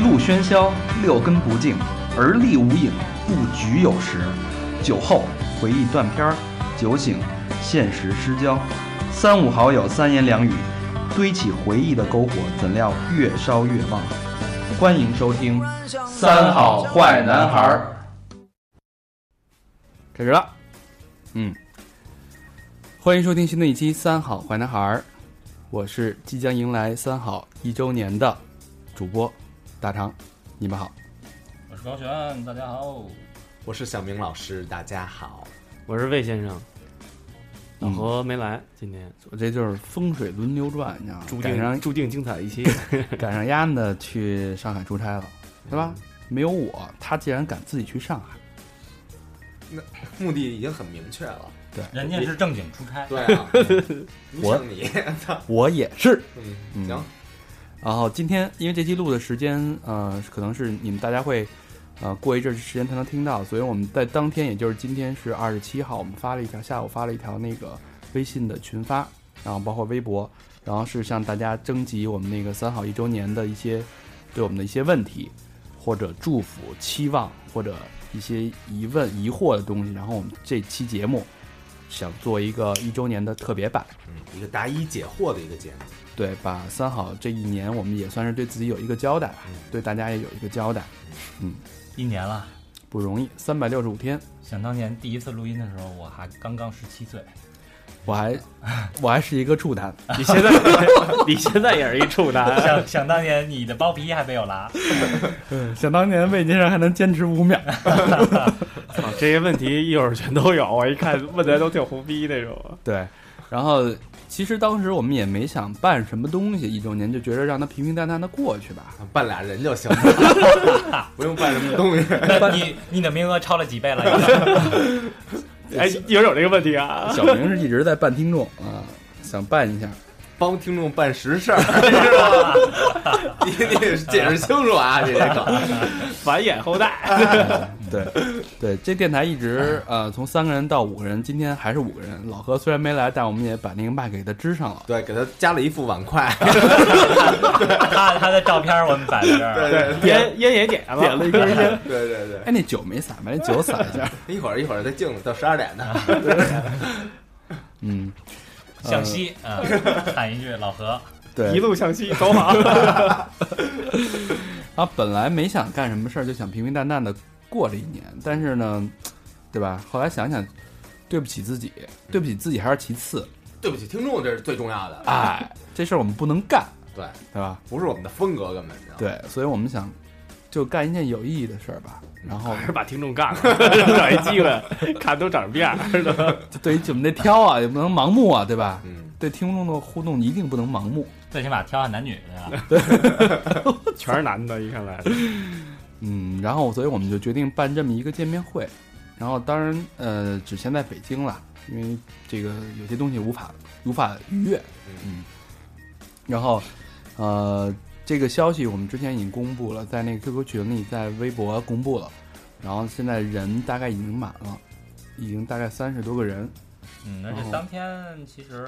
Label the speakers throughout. Speaker 1: 路喧嚣，六根不净，而立无影，不局有时。酒后回忆断片儿，酒醒现实失焦。三五好友三言两语，堆起回忆的篝火，怎料越烧越旺。欢迎收听《三好坏男孩儿》。
Speaker 2: 开始了，
Speaker 1: 嗯，
Speaker 2: 欢迎收听新的一期《三好坏男孩儿》，我是即将迎来三好一周年的主播大长，你们好。
Speaker 3: 我是高璇，大家好。
Speaker 4: 我是小明老师，大家好。
Speaker 5: 我是魏先生，老
Speaker 2: 嗯
Speaker 5: 何没来，今天
Speaker 2: 我这就是风水轮流转，你知道吗？
Speaker 5: 注
Speaker 2: 赶上
Speaker 5: 定注定精彩一期，
Speaker 2: 赶上丫的去上海出差了，对吧？没有我，他竟然敢自己去上海，
Speaker 4: 目的已经很明确了。
Speaker 3: 人家是正经出差，
Speaker 4: 对 啊，你
Speaker 2: 我
Speaker 4: 想你，
Speaker 2: 我也是。
Speaker 4: 嗯，
Speaker 2: 嗯
Speaker 4: 行，
Speaker 2: 然后今天因为这期录的时间，呃，可能是你们大家会，呃，过一阵儿时间才能听到，所以我们在当天，也就是今天是二十七号，我们发了一条下午发了一条那个微信的群发，然后包括微博，然后是向大家征集我们那个三好一周年的一些对我们的一些问题，或者祝福、期望或者一些疑问、疑惑的东西，然后我们这期节目想做一个一周年的特别版。
Speaker 4: 嗯，一个答疑解惑的一个节目。
Speaker 2: 对，把三好这一年，我们也算是对自己有一个交代吧
Speaker 4: 嗯，
Speaker 2: 对大家也有一个交代，
Speaker 3: 一年了。
Speaker 2: 不容易，三百六十五天，
Speaker 3: 想当年第一次录音的时候，我还刚刚十七 岁，
Speaker 2: 我 还我还是一个处男，
Speaker 5: 你现在你 现在也是一处男，
Speaker 3: 想想当年你的包皮还没有 拉，
Speaker 2: 想当年魏先生还能坚持五秒，
Speaker 5: 操 这些问题一会儿全都有，我一看问的都挺胡逼那种。
Speaker 2: 对，然后其实当时我们也没想办什么东西，一周年就觉得让它平平淡淡的过去 吧，
Speaker 4: 办俩人就行了， 不用办什么东西。
Speaker 3: 那你你的名额超了几倍了？已 经
Speaker 5: 哎，一会儿有这个问题 啊，
Speaker 2: 小明是一直在办听众啊，想办一下，
Speaker 4: 帮听众办实 事儿，是吧？你得解释清楚啊，你这 个。
Speaker 5: 繁衍后 代。
Speaker 2: 对，对，这电台一直呃从三个人到五个人，今天还是五个人，老何虽然没来，但我们也把那个麦给他支上了。
Speaker 4: 对，给他加了一副碗 筷。
Speaker 3: 他他的照片我们摆在这
Speaker 4: 对
Speaker 3: 儿，
Speaker 4: 对对
Speaker 5: 烟烟也点了，点了一根烟。
Speaker 4: 对对对
Speaker 2: 哎，那酒没洒，把那酒洒 一下。
Speaker 4: 对，一会儿一会儿再镜子到十二点 呢。
Speaker 2: 嗯，
Speaker 3: 向西
Speaker 5: 呃
Speaker 3: 啊，喊一句老何，
Speaker 5: 一
Speaker 2: 对。
Speaker 5: 路向西，走好。
Speaker 2: 啊，本来没想干什么事儿，就想平平淡淡的过这一年，但是呢，对吧？后来想想，对不起自己，对不起自己还是其次。
Speaker 4: 对不起，听众这是最重要的。
Speaker 2: 哎，这事儿我们不能干，
Speaker 4: 嗯对，啊
Speaker 2: 对吧？
Speaker 4: 不是我们的风格，根本就。
Speaker 2: 对，所以我们想就干一件有意义的事儿吧。然后
Speaker 5: 还
Speaker 4: 哎
Speaker 5: 是把听众干了，找一机会， 看都长什么样。
Speaker 2: 就对于我们这挑啊，也不能盲目啊，对吧？
Speaker 4: 嗯，
Speaker 2: 对听众的互动一定不能盲目。
Speaker 3: 最起码挑下男女对吧？
Speaker 5: 全是男的，一看来
Speaker 2: 嗯，然后所以我们就决定办这么一个见面会，然后当然呃，只限在北京了，因为这个有些东西无法无法逾越，嗯，然后呃，这个消息我们之前已经公布了，在那个 QQ 群里，在微博公布了，然后现在人大概已经满了，已经大概三十多个人，
Speaker 3: 嗯，而
Speaker 2: 哦
Speaker 3: 且当天其实。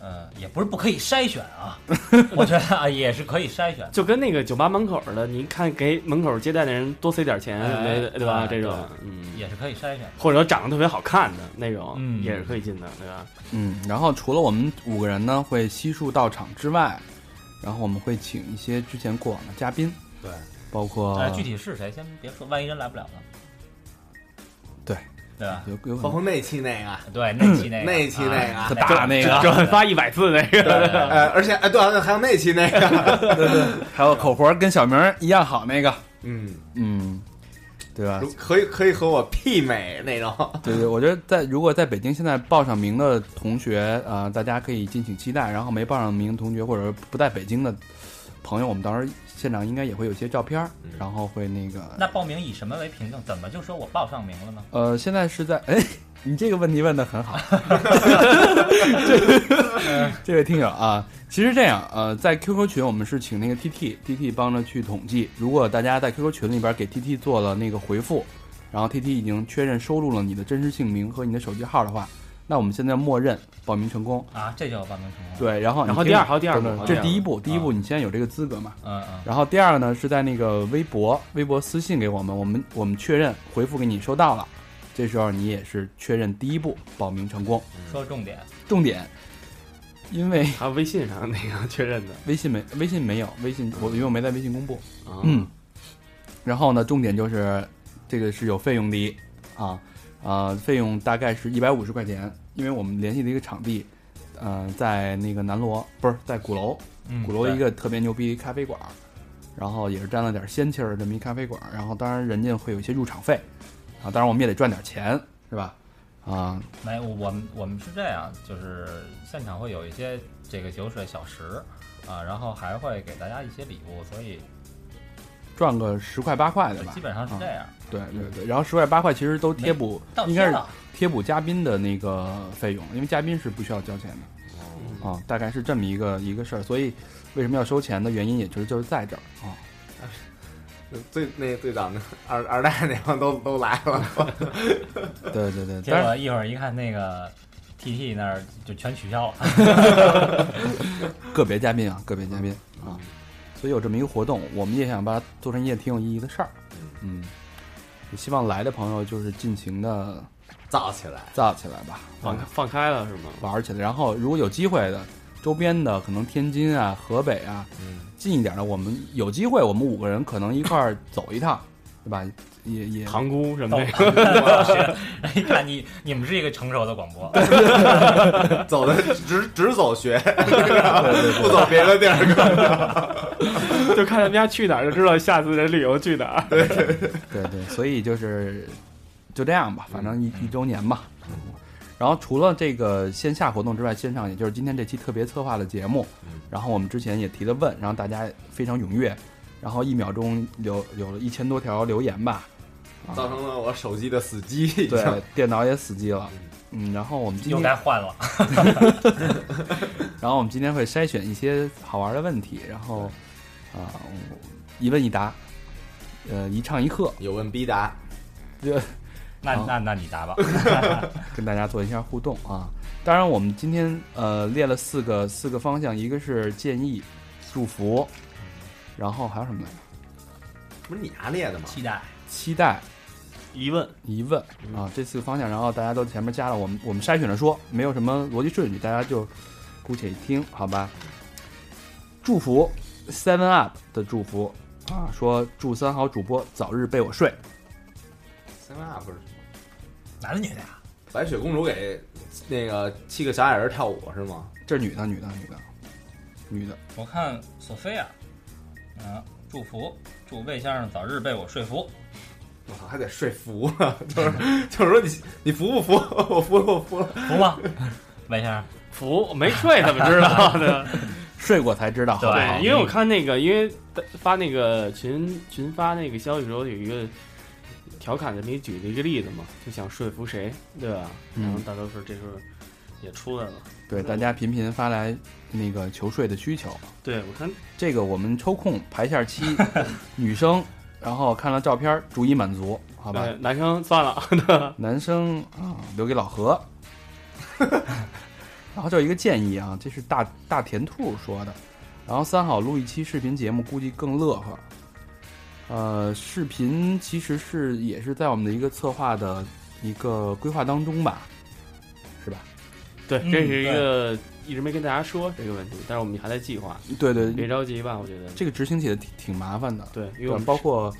Speaker 3: 呃，也不是不可以筛选啊， 我觉得啊也是可以筛选的。
Speaker 5: 就跟那个酒吧门口的，你看给门口接待的人多塞点钱，
Speaker 3: 哎
Speaker 5: 对对吧？
Speaker 3: 对
Speaker 5: 这种
Speaker 3: 对，
Speaker 5: 嗯，
Speaker 3: 也是可以筛选的。
Speaker 5: 或者长得特别好看的那种，
Speaker 3: 嗯
Speaker 5: 也是可以进的，对吧？
Speaker 2: 嗯，然后除了我们五个人呢会悉数到场之外，然后我们会请一些之前过往的嘉宾，
Speaker 4: 对，
Speaker 2: 包括
Speaker 3: 呃，具体是谁先别说，万一人来不了呢？
Speaker 2: 对，
Speaker 3: 对吧？
Speaker 2: 有有可
Speaker 4: 包
Speaker 2: 能
Speaker 4: 括那期那个。
Speaker 3: 对，那期那个，
Speaker 4: 嗯那期那个
Speaker 3: 啊
Speaker 4: 特
Speaker 2: 大那 个
Speaker 5: 转发一百次那个，
Speaker 3: 对
Speaker 4: 呃，而且哎，对、啊，还有那期那个，
Speaker 2: 还有口活跟小明儿一样好那个，
Speaker 4: 嗯，
Speaker 2: 嗯，对吧
Speaker 4: 如？可以可以和我媲美那种。
Speaker 2: 对对，我觉得在如果在北京现在报上名的同学，呃，大家可以敬请期待。然后没报上名的同学或者不在北京的朋友，我们到时候现场应该也会有些照片儿
Speaker 4: 嗯，
Speaker 2: 然后会那个
Speaker 3: 那报名以什么为凭证？怎么就说我报上名了呢？
Speaker 2: 呃，现在是在哎， 你这个问题问的很 好，这这位听友啊，其实这样呃，在 QQ 群我们是请那个 TT TT 帮着去统计，如果大家在 QQ 群里边给 TT 做了那个回复，然后 TT 已经确认收录了你的真实姓名和你的手机号的话，那我们现在默认报名成功，
Speaker 3: 啊，这叫报名成功。，
Speaker 2: 对，然后你
Speaker 5: 然后
Speaker 2: 可以
Speaker 5: 第二还有第二
Speaker 2: 等等
Speaker 5: 步
Speaker 2: 这
Speaker 5: 好
Speaker 2: 是第一步，第一步你现在有这个资格嘛？
Speaker 3: 嗯嗯，
Speaker 2: 然后第二个呢是在那个微博，微博私信给我们，我们我们确认回复给你收到了，这时候你也是确认第一步报名成功。
Speaker 3: 说重点，
Speaker 2: 重点，因为
Speaker 5: 还有微信上那个确认的，
Speaker 2: 微信没 微信没有微信，我因为我没在微信公布。
Speaker 5: 啊
Speaker 2: 嗯，然后呢，重点就是这个是有费用的啊，呃，费用大概是一百五十块钱，因为我们联系的一个场地，呃，在那个南锣不是在鼓楼，
Speaker 3: 嗯
Speaker 2: 鼓楼一个特别牛逼咖啡馆儿，然后也是沾了点仙气儿这么一咖啡馆儿，然后当然人家会有一些入场费啊，当然我们也得赚点钱是吧？啊，
Speaker 3: 没，我我们我们是这样，就是现场会有一些这个酒水小食啊，然后还会给大家一些礼物，所以
Speaker 2: 赚个十块八块的吧
Speaker 3: 基，本上是这样。
Speaker 2: 对对对，然后十块八块其实都贴补，
Speaker 3: 到
Speaker 2: 应该
Speaker 3: 贴
Speaker 2: 是
Speaker 3: 了，
Speaker 2: 贴补嘉宾的那个费用，因为嘉宾是不需要交钱的，
Speaker 3: 哦
Speaker 2: 啊、大概是这么一个一个事儿，所以为什么要收钱的原因，也就是就是在这儿啊、
Speaker 4: 最那最早那二二代那帮都都来了，
Speaker 2: 对对对，
Speaker 3: 结
Speaker 2: 但是
Speaker 3: 果一会儿一看那个 TT 那儿就全取消了。
Speaker 2: 个别嘉宾啊，个别嘉宾啊，所以有这么一个活动，我们也想把它做成一件挺有意义的事儿，嗯，也希望来的朋友就是尽情的
Speaker 4: 造起来。
Speaker 2: 造起来吧，
Speaker 5: 放放开了是吗？
Speaker 2: 玩儿起来，然后如果有机会的。周边的可能天津啊、河北啊，
Speaker 4: 嗯，
Speaker 2: 近一点的，我们有机会，我们五个人可能一块儿走一趟，对吧？也也
Speaker 5: 塘沽什么的，
Speaker 3: 一看你你们是一个成熟的广播，
Speaker 4: 走的只只走学，不走别的地儿。
Speaker 5: 就看他们家去哪儿就知道下次这旅游去哪儿。
Speaker 2: 对对，所以就是就这样吧，反正一一周年吧。然后除了这个线下活动之外，线上也就是今天这期特别策划的节目
Speaker 4: 嗯。
Speaker 2: 然后我们之前也提了问，然后大家非常踊跃，然后一秒钟留有了一千多条留言吧。
Speaker 4: 造成了我手机的死机，已经
Speaker 2: 对，电脑也死机了。嗯，然后我们今
Speaker 3: 又
Speaker 2: 天
Speaker 3: 该换了。
Speaker 2: 然后我们今天会筛选一些好玩的问题，然后啊、一问一答，呃，一唱一和，
Speaker 4: 有问必答。
Speaker 3: 那
Speaker 2: 好
Speaker 3: 那那你答吧。
Speaker 2: 跟大家做一下互动啊。当然，我们今天呃列了四个四个方向，一个是建议、祝福，然后还有什么来着？
Speaker 4: 不是你拿列的吗？
Speaker 3: 期待
Speaker 2: 期待、
Speaker 5: 疑问，
Speaker 2: 疑问啊，这四个方向，然后大家都前面加了，我们我们筛选着说，没有什么逻辑顺序，大家就姑且一听，好吧？祝福 Seven Up 的祝福啊，说祝三好主播早日被我睡。
Speaker 4: 三八不是
Speaker 3: 男的女的呀？
Speaker 4: 白雪公主给那个七个小矮人跳舞是吗？
Speaker 2: 这是女的，女的，女的，女的，
Speaker 3: 我看索菲亚，嗯、祝福祝魏先生早日被我说服。
Speaker 4: 我操，还得说服了，就是就是说你你服不服？ 我服了，我服了。
Speaker 3: 服吗？魏先生，
Speaker 5: 服没睡怎么知 道呢？
Speaker 2: 睡过才知道，好不好
Speaker 5: 对，？因为我看那个，因为发那个群群发那个消息的时候，有一个调侃的，你举了一个例子嘛，就想说服谁，对吧？
Speaker 2: 嗯
Speaker 5: 然后大多数这时候也出来了。
Speaker 2: 对，大家频频发来那个求睡的需求。
Speaker 5: 对，我看
Speaker 2: 这个我们抽空排下期，女生，然后看了照片儿逐一满足，好吧？
Speaker 5: 呃男生算了，
Speaker 2: 男生啊，留给老何。然后这有一个建议啊，这是大大甜兔说的。然后三好录一期视频节目，估计更乐呵。呃，视频其实是也是在我们的一个策划的一个规划当中吧，是吧？
Speaker 5: 对，
Speaker 3: 嗯
Speaker 5: 这是一个一直没跟大家说这个问题，但是我们还在计划，
Speaker 2: 对对，
Speaker 5: 别着急吧，我觉得。
Speaker 2: 这个执行起来挺挺麻烦的，
Speaker 5: 对，因为
Speaker 2: 对
Speaker 5: 我
Speaker 2: 吧，
Speaker 5: 们
Speaker 2: 包括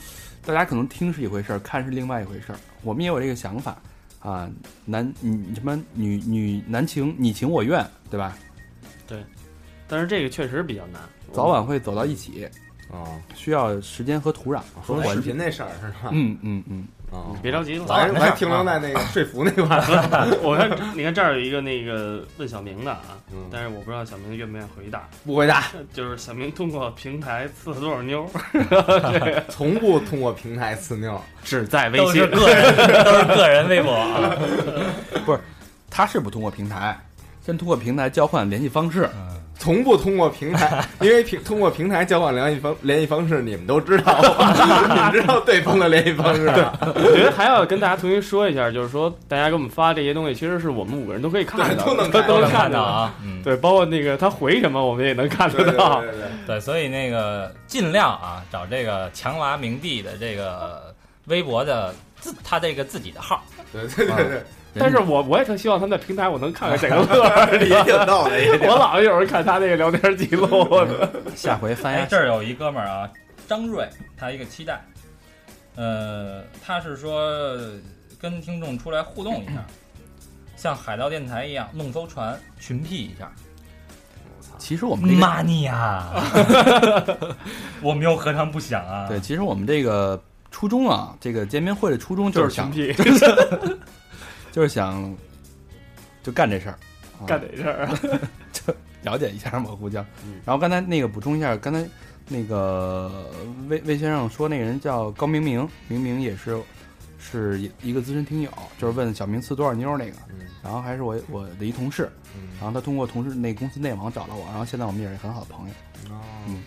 Speaker 2: 大家可能听是一回事儿，看是另外一回事儿。我们也有这个想法啊，男女什么女女男情你情我愿，对吧？
Speaker 5: 但是这个确实比较难，
Speaker 2: 早晚会走到一起，
Speaker 4: 哦，
Speaker 2: 需要时间和土壤和
Speaker 4: 说
Speaker 2: 环
Speaker 4: 视
Speaker 2: 境。
Speaker 4: 频那事儿是吧？
Speaker 2: 嗯嗯嗯，
Speaker 4: 哦
Speaker 5: 别着急了
Speaker 4: 我。还我还停留在那个说服那块儿。
Speaker 5: 我看，你看这儿有一个那个问小明的啊，
Speaker 4: 嗯
Speaker 5: 但是我不知道小明愿不愿意回答。
Speaker 4: 不回答，
Speaker 5: 就是小明通过平台刺了多少妞，
Speaker 4: 从不通过平台刺妞。
Speaker 5: 只在微
Speaker 3: 都
Speaker 5: 信
Speaker 3: 是。个 人，都是个人微博 啊。
Speaker 2: 他是不通过平台，先通过平台交换联系方式，
Speaker 4: 从不通过平台，因为平通过平台交换联系方联系方式，你们都知道吧，你们知道对方的联系方式吧。
Speaker 5: 我觉得还要跟大家重新说一下，就是说大家给我们发这些东西，其实是我们五个人都可以看到，
Speaker 4: 对都能
Speaker 5: 都
Speaker 4: 看到
Speaker 5: 能看
Speaker 3: 到
Speaker 5: 到。
Speaker 3: 啊，嗯，
Speaker 5: 对，包括那个他回什么，我们也能看
Speaker 4: 对
Speaker 5: 得
Speaker 4: 对
Speaker 5: 到。
Speaker 4: 对对，
Speaker 3: 对，所以那个尽量啊，找这个强娃明帝的这个微博的自他这个自己的号，
Speaker 4: 对对对对，
Speaker 5: 但是我我也特希望他们在平台我能看看这个 乐儿。
Speaker 4: 也挺逗的，也挺
Speaker 5: 我老是有人看他那个聊天记录，
Speaker 2: 下回翻
Speaker 3: 哎，
Speaker 2: 呀，
Speaker 3: 这儿有一哥们儿啊，张瑞，他一个期待，呃，他是说跟听众出来互动一下， 像海盗电台一样弄艘船群 P 一下。
Speaker 2: 其实我们这个
Speaker 3: 妈尼 呀！我们又何尝不想啊？
Speaker 2: 对，，其实我们这个初衷啊，这个见面会的初衷
Speaker 5: 就是
Speaker 2: 是想
Speaker 5: 群 P
Speaker 2: 就是想就干这事儿，啊
Speaker 5: 干这事儿啊。
Speaker 2: 了解一下嘛，互相
Speaker 5: 嗯。
Speaker 2: 然后刚才那个补充一下，刚才那个魏魏先生说那个人叫高明明，明明也是是一个资深听友，就是问小明赐多少妞儿那个，
Speaker 4: 嗯
Speaker 2: 然后还是我我的一同事，然后他通过同事那公司内网找到我，然后现在我们也是很好的朋友。
Speaker 4: 哦
Speaker 2: 嗯，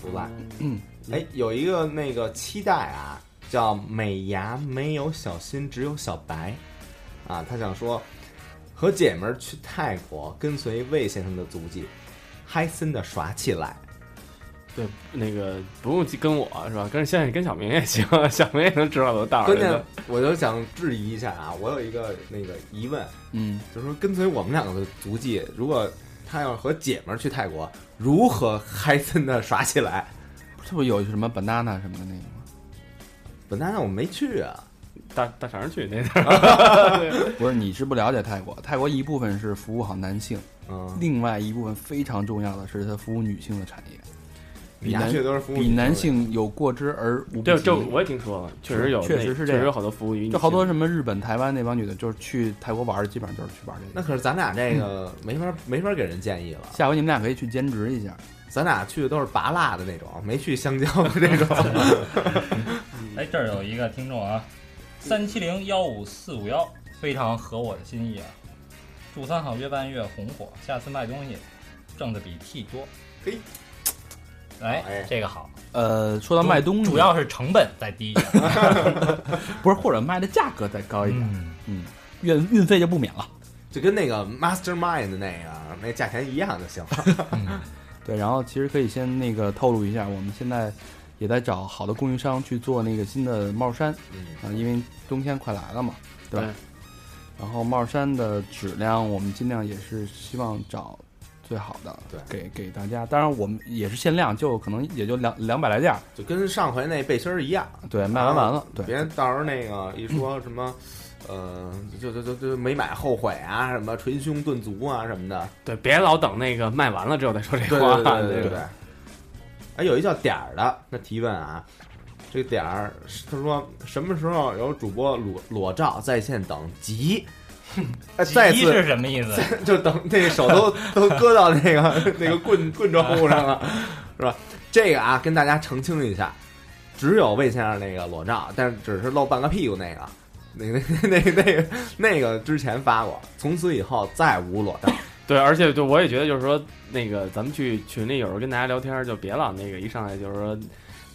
Speaker 4: 不赖。
Speaker 2: 嗯，
Speaker 4: 哎，有一个那个期待啊，叫美牙没有小新，只有小白，啊，他想说和姐们儿去泰国，跟随魏先生的足迹，嗨森的耍起来。
Speaker 5: 对，那个不用跟我是吧？跟现在跟小明也行， 小明也能知道多道
Speaker 4: 关键我就想质疑一下啊，我有一个那个疑问，
Speaker 2: 嗯，
Speaker 4: 就是说跟随我们两个的足迹，如果他要是和姐们儿去泰国，如何嗨森的耍起来？
Speaker 2: 这不有什么 banana 什么的那个吗？
Speaker 4: 本来我没去啊，
Speaker 5: 大大肠去那地儿
Speaker 2: 不是，你是不了解泰国，泰国一部分是服务好男性，
Speaker 4: 嗯，
Speaker 2: 另外一部分非常重要的是它服务女性的产业，比
Speaker 4: 你俩
Speaker 2: 男
Speaker 4: 去的都是服务
Speaker 2: 比男性有过之而无不
Speaker 5: 对，
Speaker 2: 及
Speaker 5: 这我也听说了，确实有那，
Speaker 2: 确实是这
Speaker 5: 确
Speaker 2: 样
Speaker 5: 实有好多服务于
Speaker 2: 就好多
Speaker 5: 女
Speaker 2: 什么日本、台湾那帮女的，就是去泰国玩儿，基本上就是去玩这
Speaker 4: 那
Speaker 2: 个。
Speaker 4: 可是咱俩这个没法没法给人建议了，
Speaker 2: 下回你们俩可以去兼职一下，
Speaker 4: 咱俩去的都是拔辣的那种，没去香蕉的那种。
Speaker 3: 哎，这儿有一个听众啊，三七零幺五四五幺，非常合我的心意啊！祝三好越办越红火，下次卖东西挣的比 T 多。
Speaker 4: 嘿，
Speaker 3: 哎
Speaker 4: 哎，
Speaker 3: 这个好，
Speaker 2: 呃，说到卖东西，
Speaker 3: 主要是成本再低一点。
Speaker 2: 不是或者卖的价格再高一点，
Speaker 3: 嗯，
Speaker 2: 嗯，运运费就不免了。
Speaker 4: 就跟那个 Mastermind 那个那价钱一样就行了。
Speaker 2: 对，然后其实可以先那个透露一下，我们现在也在找好的供应商去做那个新的帽衫
Speaker 4: 嗯，
Speaker 2: 啊、因为冬天快来了嘛，对吧？
Speaker 5: 对
Speaker 2: 然后帽衫的质量，我们尽量也是希望找最好的，
Speaker 4: 对
Speaker 2: 给给大家。当然我们也是限量，就可能也就两两百来件儿，
Speaker 4: 就跟上回那背心儿一样，
Speaker 2: 对，卖完完了，对。
Speaker 4: 别到时候那个一说什么。呃，就就就就没买后悔啊，什么捶胸顿足啊什么的，
Speaker 5: 对，别老等那个卖完了之后再说这
Speaker 4: 对
Speaker 5: 话，
Speaker 4: 对对对
Speaker 5: 这
Speaker 4: 对
Speaker 5: 个。
Speaker 4: 哎，有一叫点儿的，那提问啊，这个点儿是他说什么时候有主播裸裸照在线等 急？哎，再
Speaker 3: 急
Speaker 4: 次
Speaker 3: 是什么意思？
Speaker 4: 就等那手 都都搁到那个那个棍棍状物上了，是吧？这个啊，跟大家澄清一下，只有魏先生那个裸照，但是只是露半个屁股那个，那个那个那个那个之前发过，从此以后再无裸照。
Speaker 5: 对，而且就我也觉得，就是说，那个咱们去群里有时候跟大家聊天儿，就别老那个一上来就是说，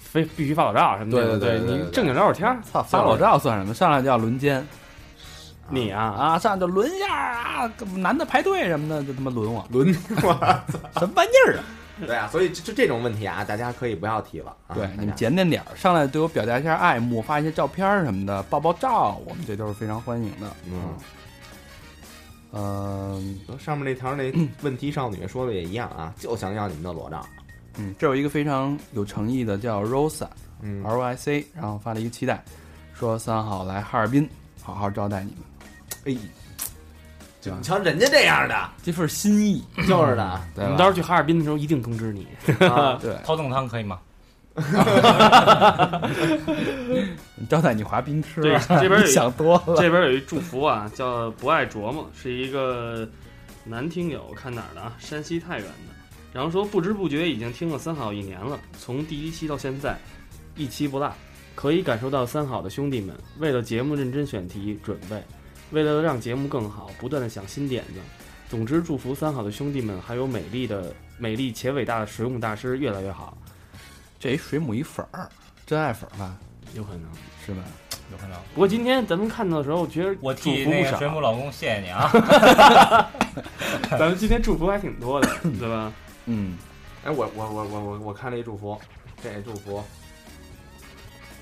Speaker 5: 非必须发老照什么的。
Speaker 4: 对对对对对
Speaker 5: 你
Speaker 4: 对
Speaker 5: 正经聊会儿天儿，
Speaker 2: 操，发裸照算什么？上来就要轮奸
Speaker 5: 你啊，
Speaker 2: 啊，上来就轮一下啊，男的排队什么的，就他妈轮我，
Speaker 4: 轮我，
Speaker 2: 什么玩意儿啊？
Speaker 4: 对啊，所以就就这种问题啊，大家可以不要提了。啊、
Speaker 5: 哎
Speaker 2: 对，你
Speaker 4: 大
Speaker 2: 们
Speaker 4: 家
Speaker 2: 检点点儿，上来对我表达一下爱慕，发一些照片儿什么的，爆爆照，啊我们这都是非常欢迎的。
Speaker 4: 嗯，
Speaker 2: 嗯
Speaker 4: 上面那条那问题少女说的也一样啊，就想要你们的裸照。
Speaker 2: 嗯，这有一个非常有诚意的叫 Rosa
Speaker 4: 嗯，
Speaker 2: R O I C，然后发了一个期待，说三好来哈尔滨，好好招待你们，
Speaker 4: 哎，就你瞧人家这样的，
Speaker 2: 这份心 意，
Speaker 4: 就是的，
Speaker 5: 我
Speaker 2: 对
Speaker 5: 们到时
Speaker 2: 吧？
Speaker 5: 候去哈尔滨的时候一定通知你。
Speaker 4: 啊
Speaker 2: 嗯对，
Speaker 3: 头等舱可以吗？
Speaker 2: 招待你滑冰车，
Speaker 5: 对这边儿有 一
Speaker 2: 你想多了。
Speaker 5: 这边有一祝福啊，叫不爱琢磨，是一个男听友，看哪儿的啊？山西太原的。然后说不知不觉已经听了三好一年了，从第一期到现在，一期不落，可以感受到三好的兄弟们为了节目认真选题准备，为了让节目更好，不断的想新点子，总之，祝福三好的兄弟们，还有美丽的、美丽且伟大的实用大师越来越好，
Speaker 2: 这一水母一粉儿，真爱粉儿吧，
Speaker 5: 有可能。
Speaker 2: 是吧？
Speaker 3: 有可能。
Speaker 5: 不过今天咱们看到的时候，我觉得
Speaker 3: 我
Speaker 5: 祝
Speaker 3: 替
Speaker 5: 福
Speaker 3: 那
Speaker 5: 不
Speaker 3: 个水母
Speaker 5: 少，
Speaker 3: 老公谢谢你啊！
Speaker 5: 咱们今天祝福还挺多的，对吧？
Speaker 2: 嗯，
Speaker 4: 哎，我我我我我我看这一祝福，这祝福，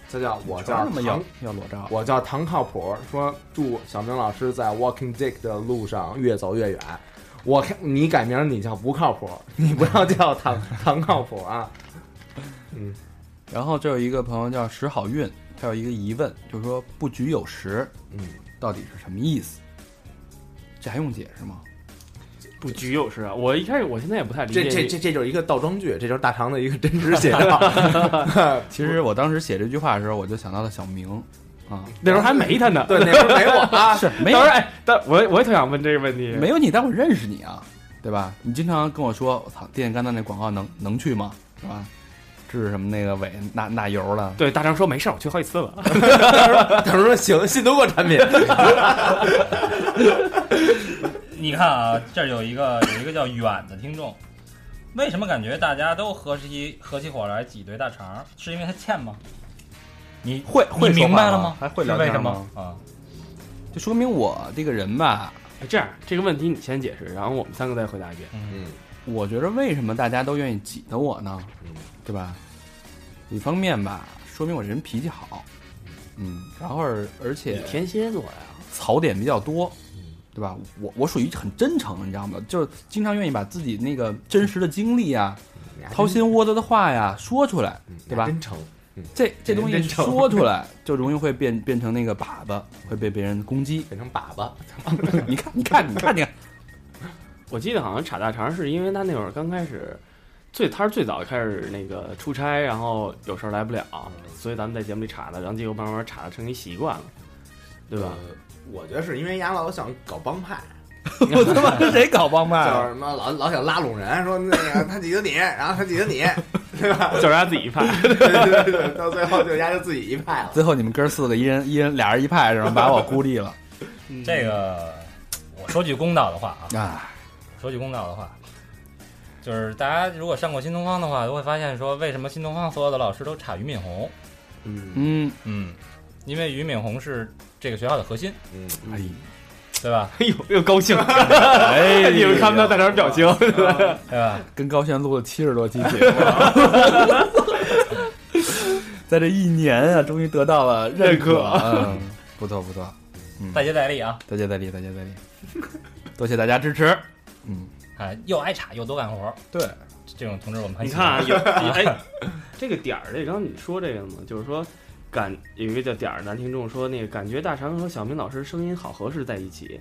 Speaker 4: 这叫我叫
Speaker 2: 那么要
Speaker 4: 唐，
Speaker 2: 要裸照，啊
Speaker 4: 我叫唐靠谱，说祝小明老师在 Walking Dick 的路上越走越远。我看你改名，你叫不靠谱，你不要叫 唐唐靠谱啊。嗯，
Speaker 2: 然后这有一个朋友叫石好运，他有一个疑问，就是说“不局有时”
Speaker 4: 嗯，
Speaker 2: 到底是什么意思？这还用解释吗？
Speaker 5: 不局有时啊，我一开始我现在也不太理解
Speaker 4: 这
Speaker 5: 你，
Speaker 4: 这这这就是一个倒装句，这就是大唐的一个真实写 照。
Speaker 2: 其实我当时写这句话的时候，我就想到了小明，啊，
Speaker 5: 那时候还没他呢。
Speaker 4: 对，那时候没我啊。
Speaker 2: 是没有
Speaker 5: 当时哎，但我也我也特想问这个问题，
Speaker 2: 没有你，但我认识你啊，对吧？你经常跟我说，我操，电线杆子那广告能能去吗？是吧？治什么那个尾那那油了，
Speaker 5: 对大张说没事儿，我去好几次了。
Speaker 4: 他说行，信得过产 品。
Speaker 3: 你看啊，这儿有一个有一个叫远的听众，为什么感觉大家都合起合起伙来挤兑大肠儿？是因为他欠吗？你
Speaker 2: 会会
Speaker 3: 你
Speaker 2: 说话
Speaker 3: 明白了吗？
Speaker 2: 还会
Speaker 3: 是
Speaker 2: 聊
Speaker 3: 为
Speaker 2: 天
Speaker 3: 什
Speaker 2: 吗
Speaker 3: 么？啊？
Speaker 2: 就说明我这个人吧，
Speaker 5: 哎这样这个问题你先解释，然后我们三个再回答一遍。
Speaker 3: 嗯，
Speaker 4: 嗯
Speaker 2: 我觉着为什么大家都愿意挤得我呢？
Speaker 4: 嗯
Speaker 2: 对吧？一方面吧，说明我这人脾气好，嗯，然后而而且
Speaker 5: 你天蝎座呀，
Speaker 2: 槽点比较多，
Speaker 4: 嗯
Speaker 2: 对吧？我我属于很真诚，你知道吗？就是经常愿意把自己那个真实的经历呀、掏心窝子的话呀说出来，
Speaker 4: 嗯
Speaker 2: 对吧
Speaker 4: 真诚。
Speaker 2: 这这
Speaker 4: 人
Speaker 2: 东西
Speaker 4: 真诚。
Speaker 2: 说出来就容易会变变成那个靶子，会被别人攻击
Speaker 4: 变成粑粑，
Speaker 2: 你看，你看，你看，你看，
Speaker 5: 我记得好像查大肠是因为他那会儿刚开始，最他是最早开始那个出差，然后有事儿来不了，所以咱们在节目里查的，然后结果慢慢查的成一习惯了，对 吧？
Speaker 4: 呃？我觉得是因为丫老想搞帮派，
Speaker 2: 我他妈跟谁搞帮 派
Speaker 4: 就
Speaker 2: 啊？
Speaker 4: 是什么老老想拉拢人，说那个他挤得你，然后他挤得 你，
Speaker 5: 就是他自己派。
Speaker 4: 对对对对，到最后就丫就自己一派了。
Speaker 2: 最后你们哥四个，一人一人俩人一派，然后把我孤立了。
Speaker 3: 这个我说句公道的话啊，
Speaker 2: 啊，
Speaker 3: 说句公道的话，就是大家如果上过新东方的话，都会发现说，为什么新东方所有的老师都差俞敏洪？
Speaker 5: 嗯，
Speaker 2: 嗯，
Speaker 3: 嗯，因为俞敏洪是这个学校的核心，
Speaker 4: 嗯，
Speaker 2: 哎呀，
Speaker 3: 对吧？
Speaker 5: 哎呦又高 兴，
Speaker 2: 哎
Speaker 5: 你们看不到大肠表情，
Speaker 3: 对吧？
Speaker 4: 嗯
Speaker 2: 跟高璇录了七十多期节目，啊 在这一年啊，终于得到了认
Speaker 5: 认可
Speaker 2: 嗯，不错不错，
Speaker 3: 再接再厉啊！
Speaker 2: 再接再厉，再接再厉，多谢大家支持。嗯，
Speaker 3: 哎，又爱插又多干活，
Speaker 2: 对，
Speaker 3: 这种同志我们很
Speaker 5: 你
Speaker 3: 喜
Speaker 5: 看
Speaker 3: 欢
Speaker 5: 啊， 有哎，这个点儿，这刚你说这个嘛，就是说感有一个叫点儿，男听众说那个感觉大长和小明老师声音好合适在一起，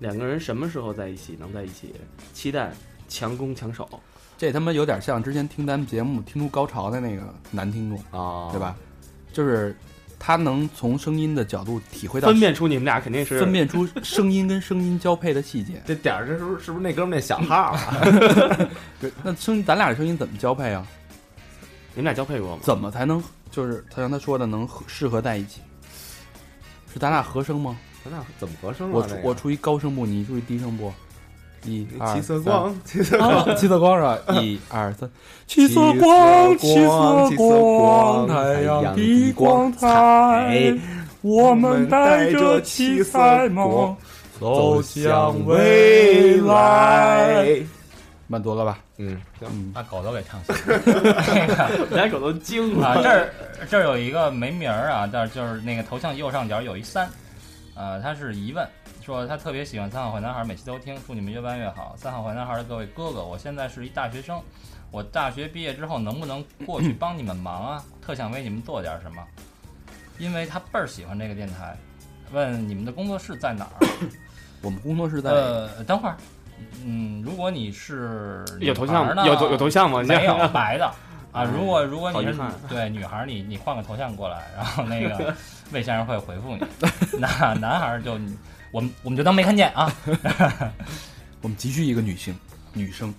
Speaker 5: 两个人什么时候在一起能在一起？期待强攻强守，
Speaker 2: 这他妈有点像之前听咱们节目听出高潮的那个男听众，
Speaker 5: 哦
Speaker 4: 啊
Speaker 2: 对？吧？就是他能从声音的角度体会到
Speaker 5: 分辨出你们俩肯定是
Speaker 2: 分辨出声音跟声音交配的细节。
Speaker 4: 这点儿，这是不是是不是那哥们儿那小号啊？
Speaker 2: 那声咱俩的声音怎么交配啊？
Speaker 5: 你们俩交配过吗？
Speaker 2: 怎么才能就是他像他说的能合适合在一起？是咱俩合声吗？
Speaker 4: 咱俩怎么合声啊？
Speaker 2: 我
Speaker 4: 这
Speaker 2: 出
Speaker 4: 个
Speaker 2: 我出一高声部，你出一低声部。一二
Speaker 4: 七色
Speaker 2: 三
Speaker 4: 光，七色光，
Speaker 2: 啊， 七色光是吧？一二三，七
Speaker 4: 色
Speaker 2: 色
Speaker 4: 光
Speaker 2: 光，
Speaker 4: 七色
Speaker 2: 色
Speaker 4: 光
Speaker 2: 光，
Speaker 4: 太
Speaker 2: 太
Speaker 4: 阳
Speaker 2: 阳
Speaker 4: 的
Speaker 2: 的
Speaker 4: 光
Speaker 2: 光
Speaker 4: 彩哎
Speaker 2: 彩，我
Speaker 4: 们
Speaker 2: 们
Speaker 4: 带
Speaker 2: 带
Speaker 4: 着
Speaker 2: 着
Speaker 4: 七
Speaker 2: 七
Speaker 4: 彩
Speaker 2: 彩
Speaker 4: 梦
Speaker 2: 梦
Speaker 4: 走
Speaker 2: 走
Speaker 4: 向
Speaker 2: 向
Speaker 4: 未
Speaker 2: 未来。
Speaker 4: 来。
Speaker 2: 慢多了吧？
Speaker 4: 嗯，行
Speaker 2: 嗯，
Speaker 3: 把狗都给唱醒 了。
Speaker 5: 你俩狗都惊
Speaker 3: 啊，
Speaker 5: 了，
Speaker 3: 这儿这儿有一个没名儿啊，但是就是那个头像右上角有一三，呃，他是疑问，说他特别喜欢三好坏男孩，每期都听，祝你们越办越好。三好坏男孩的各位哥哥，我现在是一大学生，我大学毕业之后能不能过去帮你们忙啊？特想为你们做点什么，因为他倍儿喜欢这个电台。问你们的工作室在哪儿？
Speaker 2: 我们工作室在
Speaker 3: 呃，等会儿，嗯，如果你是
Speaker 5: 有头
Speaker 3: 女孩
Speaker 5: 像
Speaker 3: 儿
Speaker 5: 吗？
Speaker 3: 呢
Speaker 5: 有头有头像吗？
Speaker 3: 没有白 的啊。
Speaker 5: 嗯
Speaker 3: 如果如果你是
Speaker 5: 好遗憾
Speaker 3: 对女孩儿，你你换个头像过来，然后那 个魏先生会回复你。那男孩儿就你我们我们就当没看见啊。
Speaker 2: 我们急需一个女性，女生。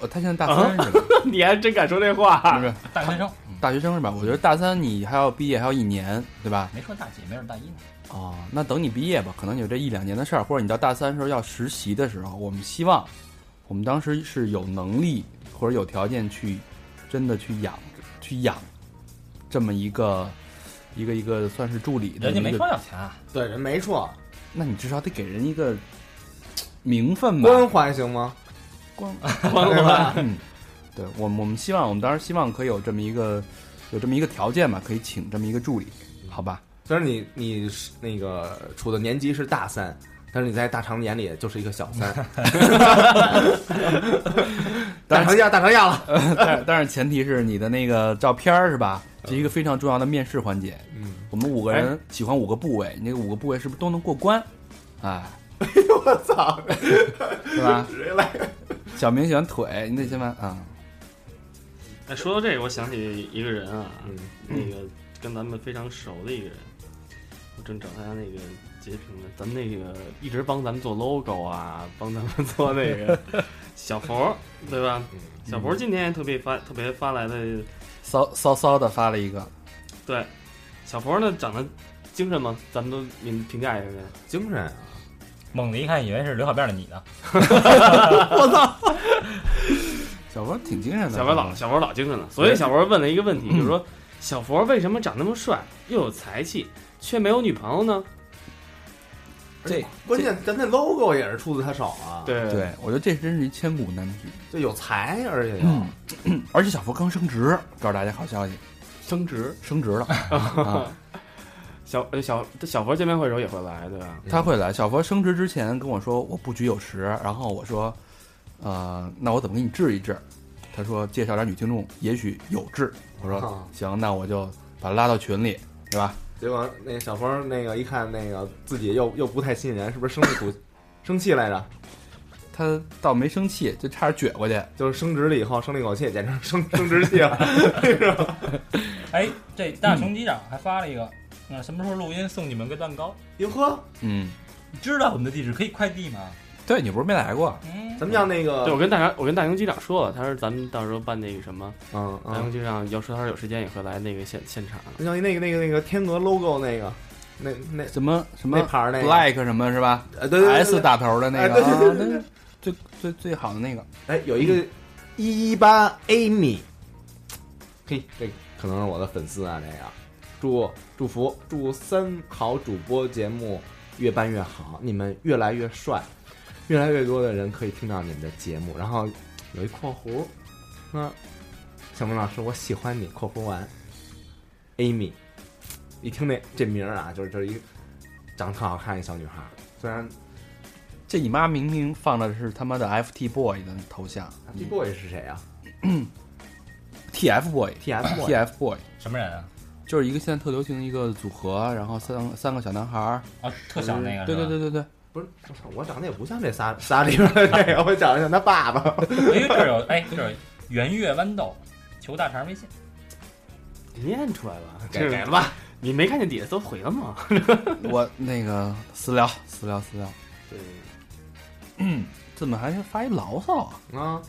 Speaker 2: 呃，他现在大三是吧？
Speaker 5: 你还真敢说这话
Speaker 2: 不？是
Speaker 3: 大学生，嗯
Speaker 2: 大学生是吧？我觉得大三你还要毕业，还要一年，对吧？
Speaker 3: 没说大几，没准大一呢。
Speaker 2: 哦，那等你毕业吧，可能有这一两年的事儿，或者你到大三时候要实习的时候，我们希望我们当时是有能力或者有条件去真的去养去养这么一个一个一个算是助理的
Speaker 3: 人家
Speaker 2: 一个
Speaker 3: 没少要钱啊，
Speaker 4: 对，人没错，
Speaker 2: 那你至少得给人一个名分吧？
Speaker 4: 关怀行吗？
Speaker 2: 光
Speaker 4: 关怀，
Speaker 2: 嗯，对我们我们希望，我们当时希望可以有这么一个有这么一个条件吧，可以请这么一个助理，好吧？
Speaker 4: 虽然你你是那个处的年级是大三，但是你在大肠眼里就是一个小三。 大肠亚，大肠亚了。
Speaker 2: 但但是前提是你的那个照片儿是吧？这是一个非常重要的面试环节。
Speaker 4: 嗯，
Speaker 2: 我们五个人喜欢五个部位，你那五个部位是不是都能过关？啊，
Speaker 4: 哎我操，
Speaker 2: 是吧？
Speaker 4: 谁来？
Speaker 2: 小明喜欢腿，你得先把啊，
Speaker 5: 哎，说到这个，我想起一个人啊，
Speaker 4: 嗯
Speaker 5: 那个跟咱们非常熟的一个人，我正找他那个截屏呢。咱们那个一直帮咱们做 logo 啊，帮咱们做那个小佛，对吧？小佛今天也特别发特别发来的，
Speaker 2: 骚骚骚的发了一个，
Speaker 5: 对，小佛呢长得精神吗？咱们都你们评价一下呗。
Speaker 4: 精神啊！
Speaker 3: 猛的一看以为是刘小辫儿的你呢，
Speaker 2: 小波挺精神的，
Speaker 5: 小佛老小佛老精神了，所以小佛问了一个问题，就是说小佛为什么长那么帅，又有才气，却没有女朋友呢？
Speaker 2: 这
Speaker 4: 关键咱那 logo 也是出自他手啊。，
Speaker 5: 对
Speaker 2: 对我觉得这真是一千古难题。
Speaker 4: 就有才，而且有
Speaker 2: 嗯， 而且小佛刚升职，告诉大家好消息，
Speaker 5: 升职。
Speaker 2: 升职了。啊、
Speaker 5: 小呃小小佛见面会的时候也会来，对吧？
Speaker 2: 他会来。小佛升职之前跟我说我不局有时，然后我说，呃，那我怎么给你治一治？他说介绍点女听众，也许有治。我说、
Speaker 4: 啊
Speaker 2: 行，那我就把他拉到群里，对吧？
Speaker 4: 结果那小峰那个一看那个自己又又不太吸引人，是不是生了股生气来着？
Speaker 2: 他倒没生气，就差点撅过去。
Speaker 4: 就是升职了以后生了一口气，简直是生升职气了。
Speaker 3: 哎，这大熊机长还发了一个，那什么时候录音送你们个蛋糕？
Speaker 4: 哟呵，
Speaker 2: 嗯，
Speaker 3: 你知道我们的地址可以快递吗？
Speaker 2: 对你不是没来过？
Speaker 3: 嗯，
Speaker 4: 咱们让那
Speaker 5: 对，我
Speaker 4: 个
Speaker 5: 跟大家，我跟大熊机长说了，他说咱们到时候办那个什么，
Speaker 4: 嗯
Speaker 5: 大
Speaker 4: 嗯，
Speaker 5: 熊机长要是他说有时间也会来那个现现场。
Speaker 4: 就像那个那个那个天鹅 logo 那个那那
Speaker 2: 什么什么
Speaker 4: 那牌儿那个
Speaker 2: black 什么是吧
Speaker 4: 呃对对对
Speaker 2: ？S
Speaker 4: 对
Speaker 2: 打头的那
Speaker 4: 哎
Speaker 2: 个，
Speaker 4: 对对对
Speaker 2: 啊
Speaker 4: 对对
Speaker 2: 那最最最好的那个。
Speaker 4: 哎，有一个一一八 Amy，嘿，这可能是我的粉丝啊，这个祝祝福祝三好主播节目越办越好，你们越来越帅，越来越多的人可以听到你们的节目。然后有一括弧，那小明老师，我喜欢你（括弧完）。Amy，一听那这名儿啊，就是就是一长得特好看一小女孩儿，虽然
Speaker 2: 这你妈明明放的是他妈的 FT boy 的头像
Speaker 4: T boy 是谁啊
Speaker 2: ，TF boy。
Speaker 4: ？TF boy
Speaker 2: TF Boy
Speaker 3: 什么人啊？
Speaker 2: 就是一个现在特流行的一个组合，然后三三个小男孩儿，
Speaker 3: 啊，特小那个，
Speaker 2: 对对，对对对，
Speaker 4: 不是，我操，我长得也不像这仨仨里边的这个，我长得像他爸 爸。
Speaker 3: 哎，这儿有哎，这儿有圆月豌豆，求大肠微信，
Speaker 5: 念出来了，
Speaker 4: 改改了吧？
Speaker 5: 你没看见底下都回了吗？
Speaker 2: 我那个私聊私聊私聊，
Speaker 5: 对，
Speaker 2: 怎么还发一牢骚啊？
Speaker 4: 啊，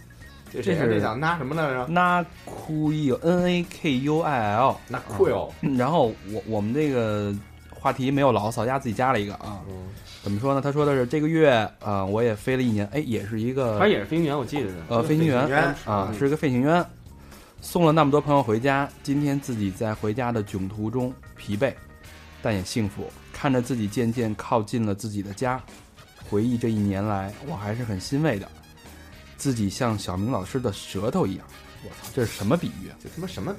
Speaker 4: 这
Speaker 2: 这是
Speaker 4: 这想拿什么来着？
Speaker 2: 那酷 i N A K U I L，嗯
Speaker 4: 那酷哟，
Speaker 2: 然后我我们这个话题没有牢骚，丫自己加了一个啊，
Speaker 4: 嗯，
Speaker 2: 怎么说呢？他说的是这个月啊、呃我也飞了一年，哎，也是一个
Speaker 5: 他也是飞行员，我记得的。
Speaker 2: 呃飞行员
Speaker 4: 员
Speaker 2: 啊，
Speaker 5: 嗯
Speaker 2: 是个飞行员，送了那么多朋友回家，今天自己在回家的囧途中疲惫，但也幸福，看着自己渐渐靠近了自己的家，回忆这一年来，我还是很欣慰的，自己像小明老师的舌头一样，我操，这是什么比喻啊？
Speaker 4: 这他妈什么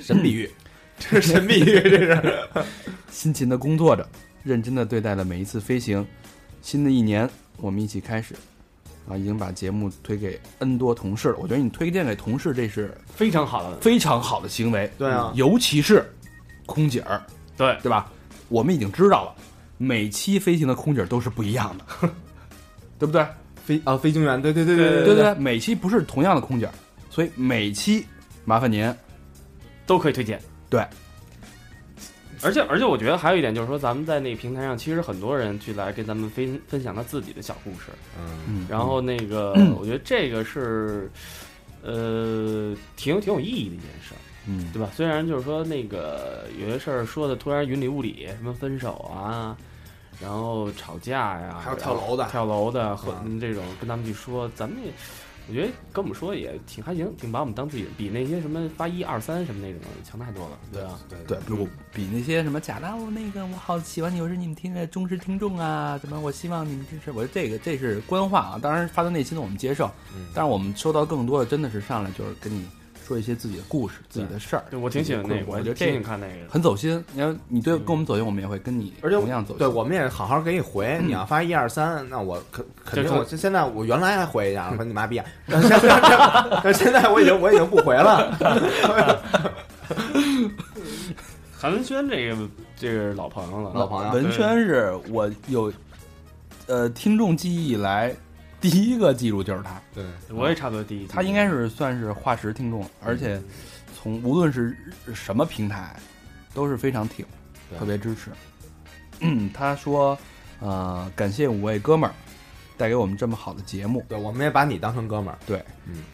Speaker 4: 神比喻？ 这是神比 喻，这是。
Speaker 2: 辛勤的工作着，认真的对待了每一次飞行。新的一年，我们一起开始。啊，已经把节目推给 N 多同事了。我觉得你推荐给同事，这是
Speaker 5: 非常好的，
Speaker 2: 非常好的行为。嗯
Speaker 4: 对啊
Speaker 2: 尤其是空姐儿，
Speaker 5: 对，
Speaker 2: 对吧？我们已经知道了，每期飞行的空姐儿都是不一样的， 对不对？
Speaker 4: 飞啊，飞行员，对对对对
Speaker 2: 对对，每期不是同样的空姐儿，所以每期麻烦您
Speaker 5: 都可以推荐。
Speaker 2: 对，
Speaker 5: 而且而且我觉得还有一点就是说，咱们在那个平台上，其实很多人去来跟咱们分分享他自己的小故事。
Speaker 4: 嗯，
Speaker 5: 然后那个，我觉得这个是，呃，挺有挺有意义的一件事儿。
Speaker 2: 嗯
Speaker 5: 对吧？虽然就是说那个有些事儿说的突然云里雾里，什么分手啊，然后吵架呀、
Speaker 4: 还有跳楼的
Speaker 5: 然后跳楼的和
Speaker 4: 啊
Speaker 5: 嗯这种跟他们去说，咱们也我觉得跟我们说也挺还行，挺把我们当自己人，比那些什么发一二三什么那种强太多了，对吧？
Speaker 4: 对
Speaker 2: 对，比如比那些什么假大我那个我好喜欢你，我是你们听的忠实听众啊，怎么我希望你们支持我，这个这是官话啊，当然发自内心的我们接受，
Speaker 4: 嗯
Speaker 2: 但是我们收到更多的真的是上来就是跟你说一些自己的故事、自己的事儿，
Speaker 5: 对，我挺喜欢那个，
Speaker 2: 我
Speaker 5: 我
Speaker 2: 觉得
Speaker 5: 挺
Speaker 2: 这
Speaker 5: 喜欢看那个的。
Speaker 2: 很走心。你要你对跟我们走心，我们也会跟你
Speaker 4: 嗯而且
Speaker 2: 同样走心。
Speaker 4: 对，我们也好好给你回。你要发一二三，那我肯肯定
Speaker 5: 这
Speaker 4: 我现在我原来还回一 下，我说你妈逼啊！但现在但现在我已经我已经不回了。
Speaker 5: 韩文轩这个这个是老朋友了，
Speaker 4: 老啊朋友
Speaker 2: 文轩嗯是我有呃听众记忆以来第一个记住就是他，
Speaker 4: 对，
Speaker 5: 我也差不多第一，
Speaker 2: 他应
Speaker 4: 嗯
Speaker 2: 该是算是化石听众了，而且从无论是什么平台都是非常挺，
Speaker 4: 对
Speaker 2: 特别支持。 嗯，他说呃感谢五位哥们儿带给我们这么好的节目，
Speaker 4: 对，我们也把你当成哥们儿。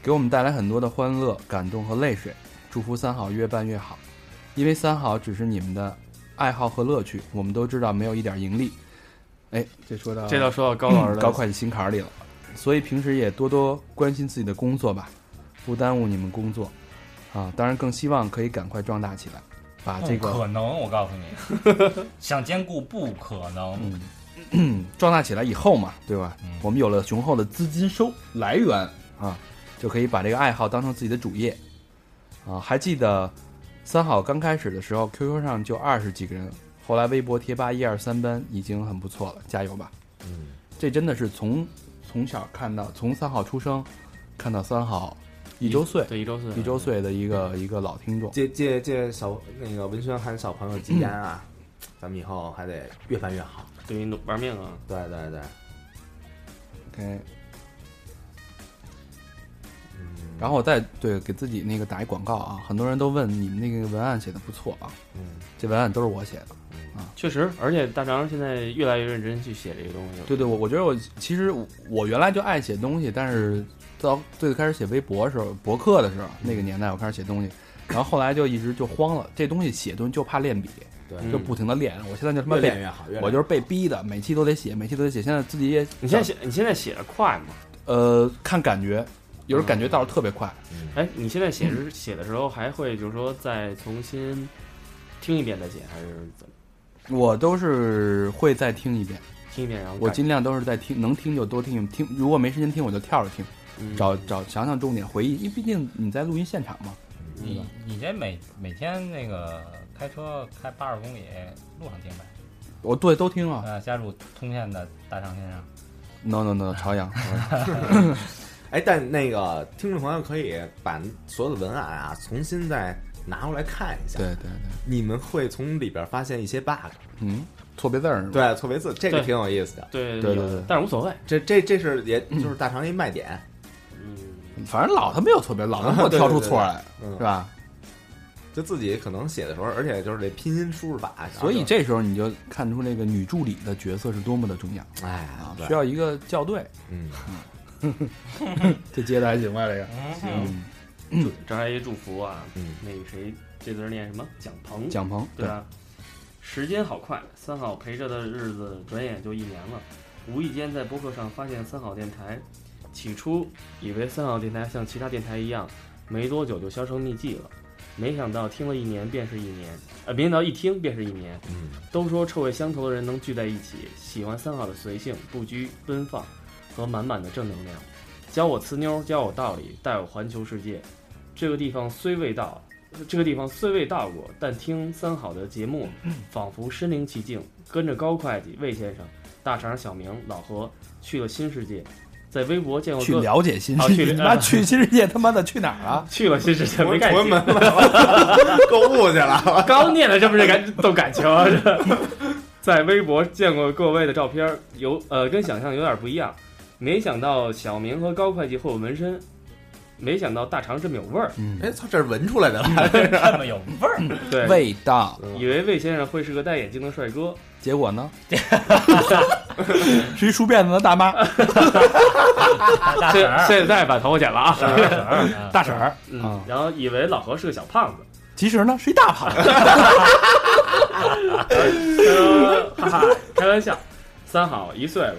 Speaker 2: 给我们带来很多的欢乐、感动和泪水。祝福三好越办越好，因为三好只是你们的爱好和乐趣，我们都知道没有一点盈利。哎，这说到
Speaker 5: 啊这倒说到高老师
Speaker 2: 嗯
Speaker 5: 的
Speaker 2: 高会计心坎儿里了，所以平时也多多关心自己的工作吧，不耽误你们工作啊。当然，更希望可以赶快壮大起来，把啊这
Speaker 3: 不
Speaker 2: 个
Speaker 3: 哦可能，我告诉你，想兼顾不可能。
Speaker 2: 嗯壮大起来以后嘛，对吧？
Speaker 3: 嗯
Speaker 2: 我们有了雄厚的资金收来源啊，就可以把这个爱好当成自己的主业啊。还记得三好刚开始的时候，QQ 上就二十几个人，后来微博、贴吧一二三班已经很不错了，加油吧！
Speaker 4: 嗯，
Speaker 2: 这真的是从从小看到从三好出生，看到三好一周岁
Speaker 5: 对一周岁，
Speaker 2: 一周岁的一个一个老听众，
Speaker 4: 借借借小那个文轩喊小朋友吉言啊，咱们以后还得越办越好。
Speaker 5: 对于玩命啊，
Speaker 4: 对对对，
Speaker 2: OK。
Speaker 4: 嗯，
Speaker 2: 然后我再对给自己那个打一广告啊，很多人都问你们那个文案写的不错啊，
Speaker 4: 嗯
Speaker 2: 这文案都是我写的。
Speaker 5: 确实，而且大肠现在越来越认真去写这个东西了。
Speaker 2: 对对，我我觉得我其实我我原来就爱写东西，但是到最开始写微博的时候，博客的时候，那个年代我开始写东西，然后后来就一直就慌了，这东西写东西就怕练笔，
Speaker 4: 对，
Speaker 5: 嗯
Speaker 2: 就不停的练。我现在就他妈
Speaker 4: 越
Speaker 2: 被
Speaker 4: 练越好，越练
Speaker 2: 我就是被逼的，每期都得写，每期都得写。现在自己也
Speaker 5: 你现在写，你现在写的快吗？
Speaker 2: 呃看感觉，有时候感觉到是特别快，
Speaker 5: 哎，你现在写是写的时候还会就是说再重新听一遍再写，还是怎么
Speaker 2: 我都是会再听一遍，
Speaker 5: 听一遍然后
Speaker 2: 我
Speaker 5: 改
Speaker 2: 尽量都是在听，能听就多听听，如果没时间听我就跳着听，
Speaker 5: 嗯
Speaker 2: 找找想想重点回忆，因为毕竟你在录音现场嘛。
Speaker 3: 你你这每每天那个开车开八十公里，路上听呗。
Speaker 2: 我对都听啊
Speaker 3: 呃，加入通县的大长线上，
Speaker 2: ，no no no，朝阳，
Speaker 4: 哎，但那个听众朋友可以把所有的文案啊重新再拿过来看一下，
Speaker 2: 对，对对，
Speaker 4: 你们会从里边发现一些 bug，
Speaker 2: 嗯，错别字儿是吧？
Speaker 4: 对，错别字，这个
Speaker 5: 对
Speaker 4: 挺有意思的。
Speaker 5: 对
Speaker 2: 对
Speaker 5: 有
Speaker 2: 对对
Speaker 5: 但是无所谓，
Speaker 4: 这这这是也就是大肠一卖点，
Speaker 5: 嗯，
Speaker 2: 反正老他妈有错别，老 他妈
Speaker 4: 对对
Speaker 2: 挑出错来，
Speaker 4: 嗯
Speaker 2: 是，吧？
Speaker 4: 就自己可能写的时候，而且就是这拼音输入法，
Speaker 2: 所以
Speaker 4: 然后就
Speaker 2: 这时候你就看出那个女助理的角色是多么的重要
Speaker 4: 哎
Speaker 2: 啊，
Speaker 4: 对
Speaker 2: 需要一个校对。
Speaker 4: 嗯，
Speaker 2: 这接的还行吧？这个，
Speaker 3: 行，
Speaker 2: 嗯，
Speaker 5: 祝这还有一祝福啊，
Speaker 4: 嗯
Speaker 5: 那个谁，这字儿念什么？蒋鹏，
Speaker 2: 蒋鹏，
Speaker 5: 对吧？时间好快，三好陪着的日子转眼就一年了。无意间在播客上发现三好电台，起初以为三好电台像其他电台一样，没多久就销声匿迹了。没想到听了一年便是一年，呃，没想到一听便是一年。
Speaker 4: 嗯，
Speaker 5: 都说臭味相投的人能聚在一起，喜欢三好的随性、不拘、奔放和满满的正能量。教我呲妞，教我道理，带我环球世界。这个地方虽未到，这个地方虽未到过，但听三好的节目，仿佛身临其境，跟着高会计、魏先生、大肠、小明、老何去了新世界，在微博见过
Speaker 2: 去
Speaker 5: 各
Speaker 2: 了解新
Speaker 5: 啊
Speaker 2: 世
Speaker 5: 去
Speaker 2: 界，
Speaker 5: 了
Speaker 2: 他 妈
Speaker 5: 啊
Speaker 2: 哦去新世界，他妈的去哪儿了？
Speaker 5: 去了新世界，没感
Speaker 4: 回
Speaker 5: 情
Speaker 4: 门了， 购物去了，
Speaker 5: 刚念的这不是感动感情、啊，这在微博见过各位的照片儿，有呃跟想象有点不一样。没想到小明和高会计会有纹身，没想到大肠这么有味儿。
Speaker 2: 嗯，
Speaker 4: 哎，操，这是闻出来的了，
Speaker 3: 这么有味儿，
Speaker 5: 对，
Speaker 2: 味道，
Speaker 5: 以为魏先生会是个戴眼镜的帅哥，
Speaker 2: 结果呢？ 是一梳辫子的大妈，
Speaker 3: 大大
Speaker 5: 现
Speaker 3: 婶儿，
Speaker 5: 现在把头发剪了啊。
Speaker 3: 大婶儿，
Speaker 2: 大婶儿，
Speaker 5: 嗯
Speaker 2: 啊，
Speaker 5: 然后以为老何是个小胖子，
Speaker 2: 其实呢是一大 盘。
Speaker 5: 呃哈哈，开玩笑。三好一岁了，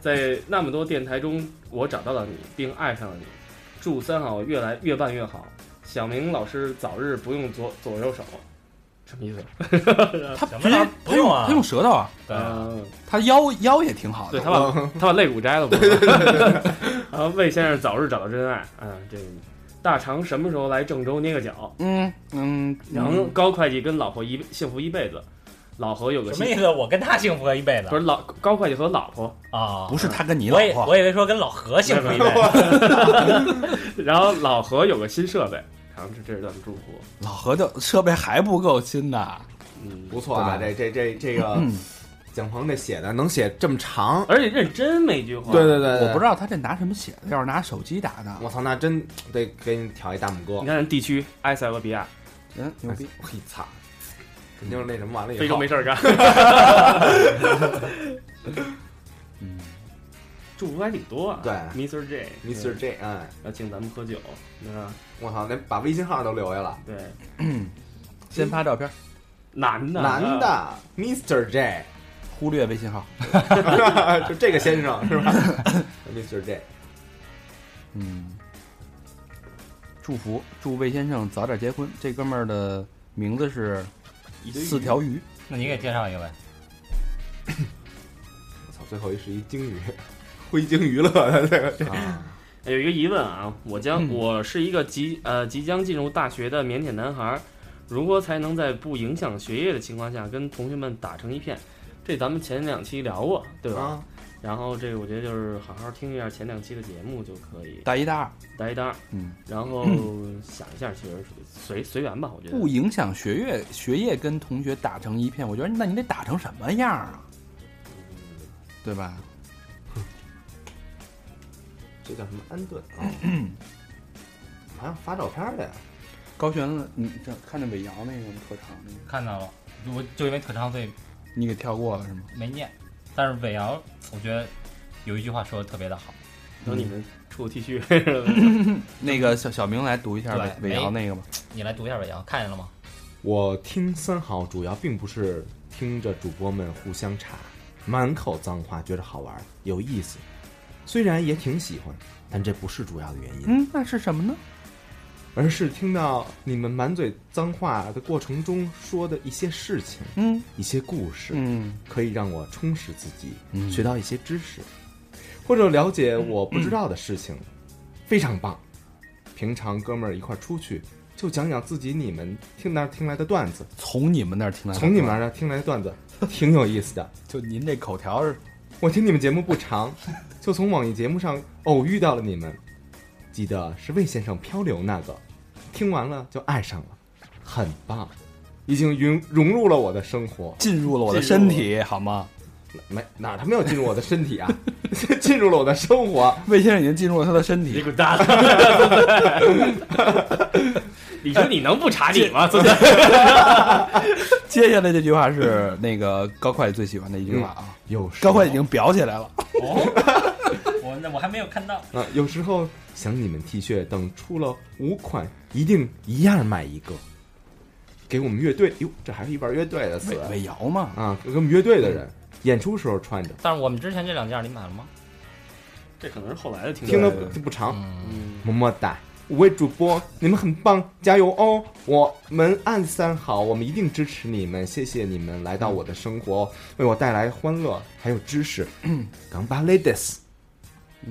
Speaker 5: 在那么多电台中，我找到了你，并爱上了你。祝三好越来越办越好，小明老师早日不用左左右手，什么意思？
Speaker 2: 他
Speaker 3: 行吧
Speaker 2: 直接
Speaker 3: 不用啊
Speaker 2: 他用舌头啊，
Speaker 3: 对，
Speaker 5: 嗯，
Speaker 2: 他腰腰也挺好
Speaker 5: 对
Speaker 2: 的。
Speaker 5: 他把他把肋骨摘了不是吗？ 然后魏先生早日找到真爱啊！这个大肠什么时候来郑州捏个脚？
Speaker 2: 嗯嗯，
Speaker 5: 然后高会计跟老婆一幸福一辈子，老何有个
Speaker 3: 什么
Speaker 5: 新
Speaker 3: 意思？啊我跟他幸福一辈子
Speaker 5: 不是老高会计和老婆，
Speaker 3: 啊？
Speaker 2: 不是他跟你老
Speaker 3: 我以
Speaker 2: 婆，
Speaker 3: 我以为说跟老何幸福一 辈子，
Speaker 5: 然后老何有个新设备，然后这这是段祝福，
Speaker 2: 老何的设备还不够新的。
Speaker 5: 嗯，
Speaker 4: 不错啊，这这这这个
Speaker 2: 嗯，
Speaker 4: 蒋鹏这写的能写这么长，
Speaker 5: 而且认真每句话，
Speaker 4: 对对对，
Speaker 2: 我不知
Speaker 4: 道，
Speaker 2: 道他这拿什么写的，要是拿手机打的，
Speaker 4: 我操，那真得给你挑一大拇哥
Speaker 5: 你，看地区，埃塞俄比亚，
Speaker 2: 嗯，牛逼。
Speaker 4: 嘿操，肯定是那什么完了以后，
Speaker 5: 非洲没事 儿干。
Speaker 2: 嗯，
Speaker 5: 祝福还挺多啊，
Speaker 4: 对
Speaker 5: ，Mr. J，
Speaker 4: Mr. J，嗯，
Speaker 5: 要请咱们喝酒，那
Speaker 4: 我操，那把微信号都留下了，
Speaker 5: 对，
Speaker 2: 先发照片，
Speaker 5: 男的，啊
Speaker 4: 男，的 Mr. J，
Speaker 2: 忽略微信号。
Speaker 4: 就这个先生是吧？Mr. J，
Speaker 2: 嗯，祝福祝魏先生早点结婚。这哥们儿的名字是
Speaker 5: 一堆鱼
Speaker 2: 四条鱼，
Speaker 3: 那你给介绍一个呗？
Speaker 4: 我操，最后一是一鲸鱼，灰鲸娱乐的这个，
Speaker 2: 啊，
Speaker 5: 有一个疑问啊，我将、
Speaker 2: 嗯
Speaker 5: 我是一个即呃即将进入大学的腼腆男孩，如何才能在不影响学业的情况下跟同学们打成一片？这咱们前两期聊过，对吧？
Speaker 4: 啊，
Speaker 5: 然后这个我觉得就是好好听一下前两期的节目就可以，
Speaker 2: 大一大二。
Speaker 5: 搭一搭，
Speaker 2: 嗯，
Speaker 5: 然后想一下，其实随随缘吧，我觉
Speaker 2: 不
Speaker 5: 得。
Speaker 2: 影响学业，学业跟同学打成一片，我觉得那你得打成什么样啊？对吧？
Speaker 4: 这叫什么安顿啊？好像发照片儿的呀，
Speaker 2: 高悬了，你这看见伟瑶那个特长那个，
Speaker 3: 看到了，我就因为特长所以
Speaker 2: 你给跳过了是吗？
Speaker 3: 没念。但是伟瑶，我觉得有一句话说的特别的好，
Speaker 5: 等
Speaker 2: 嗯
Speaker 5: 你们出 T 恤，
Speaker 2: 那个小小明来读一下
Speaker 3: 对
Speaker 2: 伟伟瑶那个吧。
Speaker 3: 你来读一下伟瑶，看见了吗？
Speaker 4: 我听三好主要并不是听着主播们互相查，满口脏话，觉得好玩有意思，虽然也挺喜欢，但这不是主要的原因，
Speaker 2: 嗯，那是什么呢？
Speaker 4: 而是听到你们满嘴脏话的过程中说的一些事情、
Speaker 2: 嗯
Speaker 4: 一些故事，
Speaker 2: 嗯
Speaker 4: 可以让我充实自己，
Speaker 2: 嗯
Speaker 4: 学到一些知识，或者了解我不知道的事情，
Speaker 2: 嗯
Speaker 4: 非常棒。平常哥们儿一块儿出去，就讲讲自己你们听那儿听来的段子。
Speaker 2: 从你们那儿听来的，
Speaker 4: 从你们那儿听来的段子，挺有意思的。
Speaker 2: 就您这口条是，
Speaker 4: 我听你们节目不长，就从网易节目上偶遇到了你们，记得是魏先生漂流那个，听完了就爱上了，很棒，已经融融入了我的生活。
Speaker 2: 进入了我的
Speaker 5: 进入
Speaker 2: 身
Speaker 5: 了
Speaker 2: 体，好吗？
Speaker 4: 没哪儿他没有进入我的身体啊，进入了我的生活。
Speaker 2: 魏先生已经进入了他的身
Speaker 5: 你
Speaker 2: 体，
Speaker 5: 滚蛋！你说你能不查你吗？自己
Speaker 2: 接下来这句话是那个高会计最喜欢的一句话啊，
Speaker 4: 有时
Speaker 2: 高
Speaker 4: 候
Speaker 2: 会计已经表起来了。
Speaker 3: 哦， 我那我还没有看到。
Speaker 4: 啊，有时候想你们 T 恤等出了五款，一定一样买一个，给我们乐队。哟，这还是一玩乐队的词
Speaker 2: 伟
Speaker 4: 啊
Speaker 2: 伟瑶嘛，
Speaker 4: 啊，给我们乐队的人演出时候穿着。
Speaker 3: 但是我们之前这两件你买了吗？
Speaker 5: 这可能是后来的听
Speaker 4: 听
Speaker 5: 众
Speaker 4: 得
Speaker 2: 对
Speaker 4: 不不长。
Speaker 3: 嗯，
Speaker 5: 嗯，
Speaker 4: 么么哒，五位主播，你们很棒，加油哦！我们按三好，我们一定支持你们，谢谢你们来到我的生活，为我带来欢乐还有知 识。港巴 ladies，